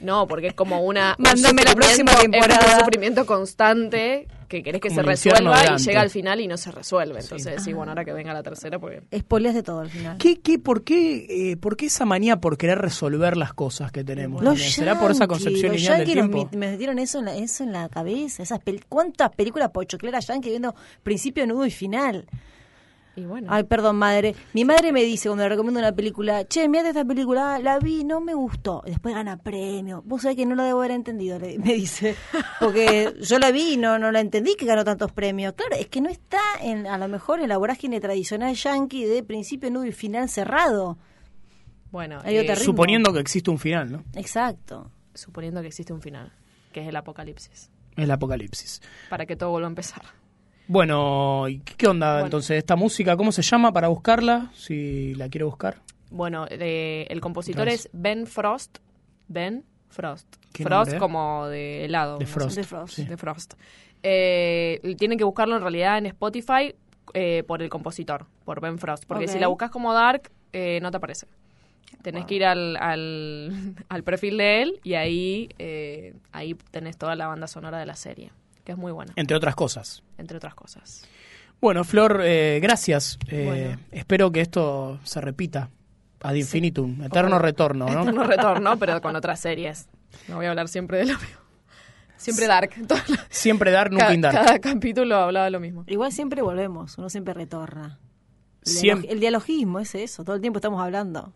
No, porque es como una... un
Mándame la
sufrimiento-
próxima
Es
temporada.
un sufrimiento constante que querés que
Como
se
el infierno de
resuelva y
Dante.
llega al final y no se resuelve. Entonces decís, bueno, ahora que venga la tercera, porque...
Espoleas de todo al final.
¿Qué, qué, por, qué, eh, ¿Por qué esa manía por querer resolver las cosas que tenemos?
Los
también? ¿Será por esa
yankees,
concepción
los
lineal del
yankees nos
tiempo?
met- me metieron eso en la, eso en la cabeza. Esas pel- ¿Cuántas películas pochocleras yankee viendo principio, nudo y final?
Y bueno,
Ay, perdón, madre. Mi madre me dice cuando le recomiendo una película, che, mirate esta película, ah, la vi, no me gustó. Y Después gana premio. Vos sabés que no la debo haber entendido, le- me dice. Porque yo la vi y no, no la entendí que ganó tantos premios. Claro, es que no está en, a lo mejor en la vorágine tradicional yankee de principio, nudo y final cerrado.
bueno eh,
Hay otra ritmo.
Suponiendo que existe un final, ¿no?
Exacto.
suponiendo que existe un final, que es el apocalipsis,
El apocalipsis.
para que todo vuelva a empezar.
Bueno, ¿y qué onda entonces? ¿Esta música cómo se llama para buscarla? Si la quiero buscar.
Bueno, eh, el compositor
Otra vez.
es Ben Frost. Ben Frost.
¿Qué
Frost
nombre?
como de helado.
De
no sé.
Frost.
De Frost.
sí.
de Frost. Eh, tienen que buscarlo en realidad en Spotify eh, por el compositor, por Ben Frost. Porque
Ok.
si la buscas como Dark, eh, no te aparece. Tenés que ir al, al, al perfil de él y ahí, eh, ahí tenés toda la banda sonora de la serie, que es muy buena,
Entre otras cosas.
entre otras cosas.
Bueno, Flor, eh, gracias. Eh,
Bueno.
Espero que esto se repita ad infinitum, eterno retorno, ¿no?
No retorno, pero con otras series. No voy a hablar siempre de lo mismo. Siempre Dark. Todas las-
Siempre dar, nunca
cada,
indar.
cada capítulo hablaba lo mismo.
Igual siempre volvemos, uno siempre retorna. El,
Siem-
dialog- el dialogismo es eso, todo el tiempo estamos hablando.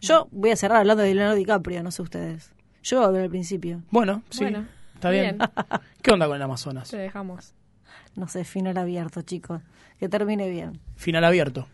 Yo voy a cerrar hablando de Leonardo DiCaprio, no sé ustedes. Yo voy a hablar al principio.
Bueno, sí,
Bueno,
está bien.
bien.
¿Qué onda con el Amazonas?
Te dejamos.
No sé, final abierto, chicos. Que termine bien.
Final abierto.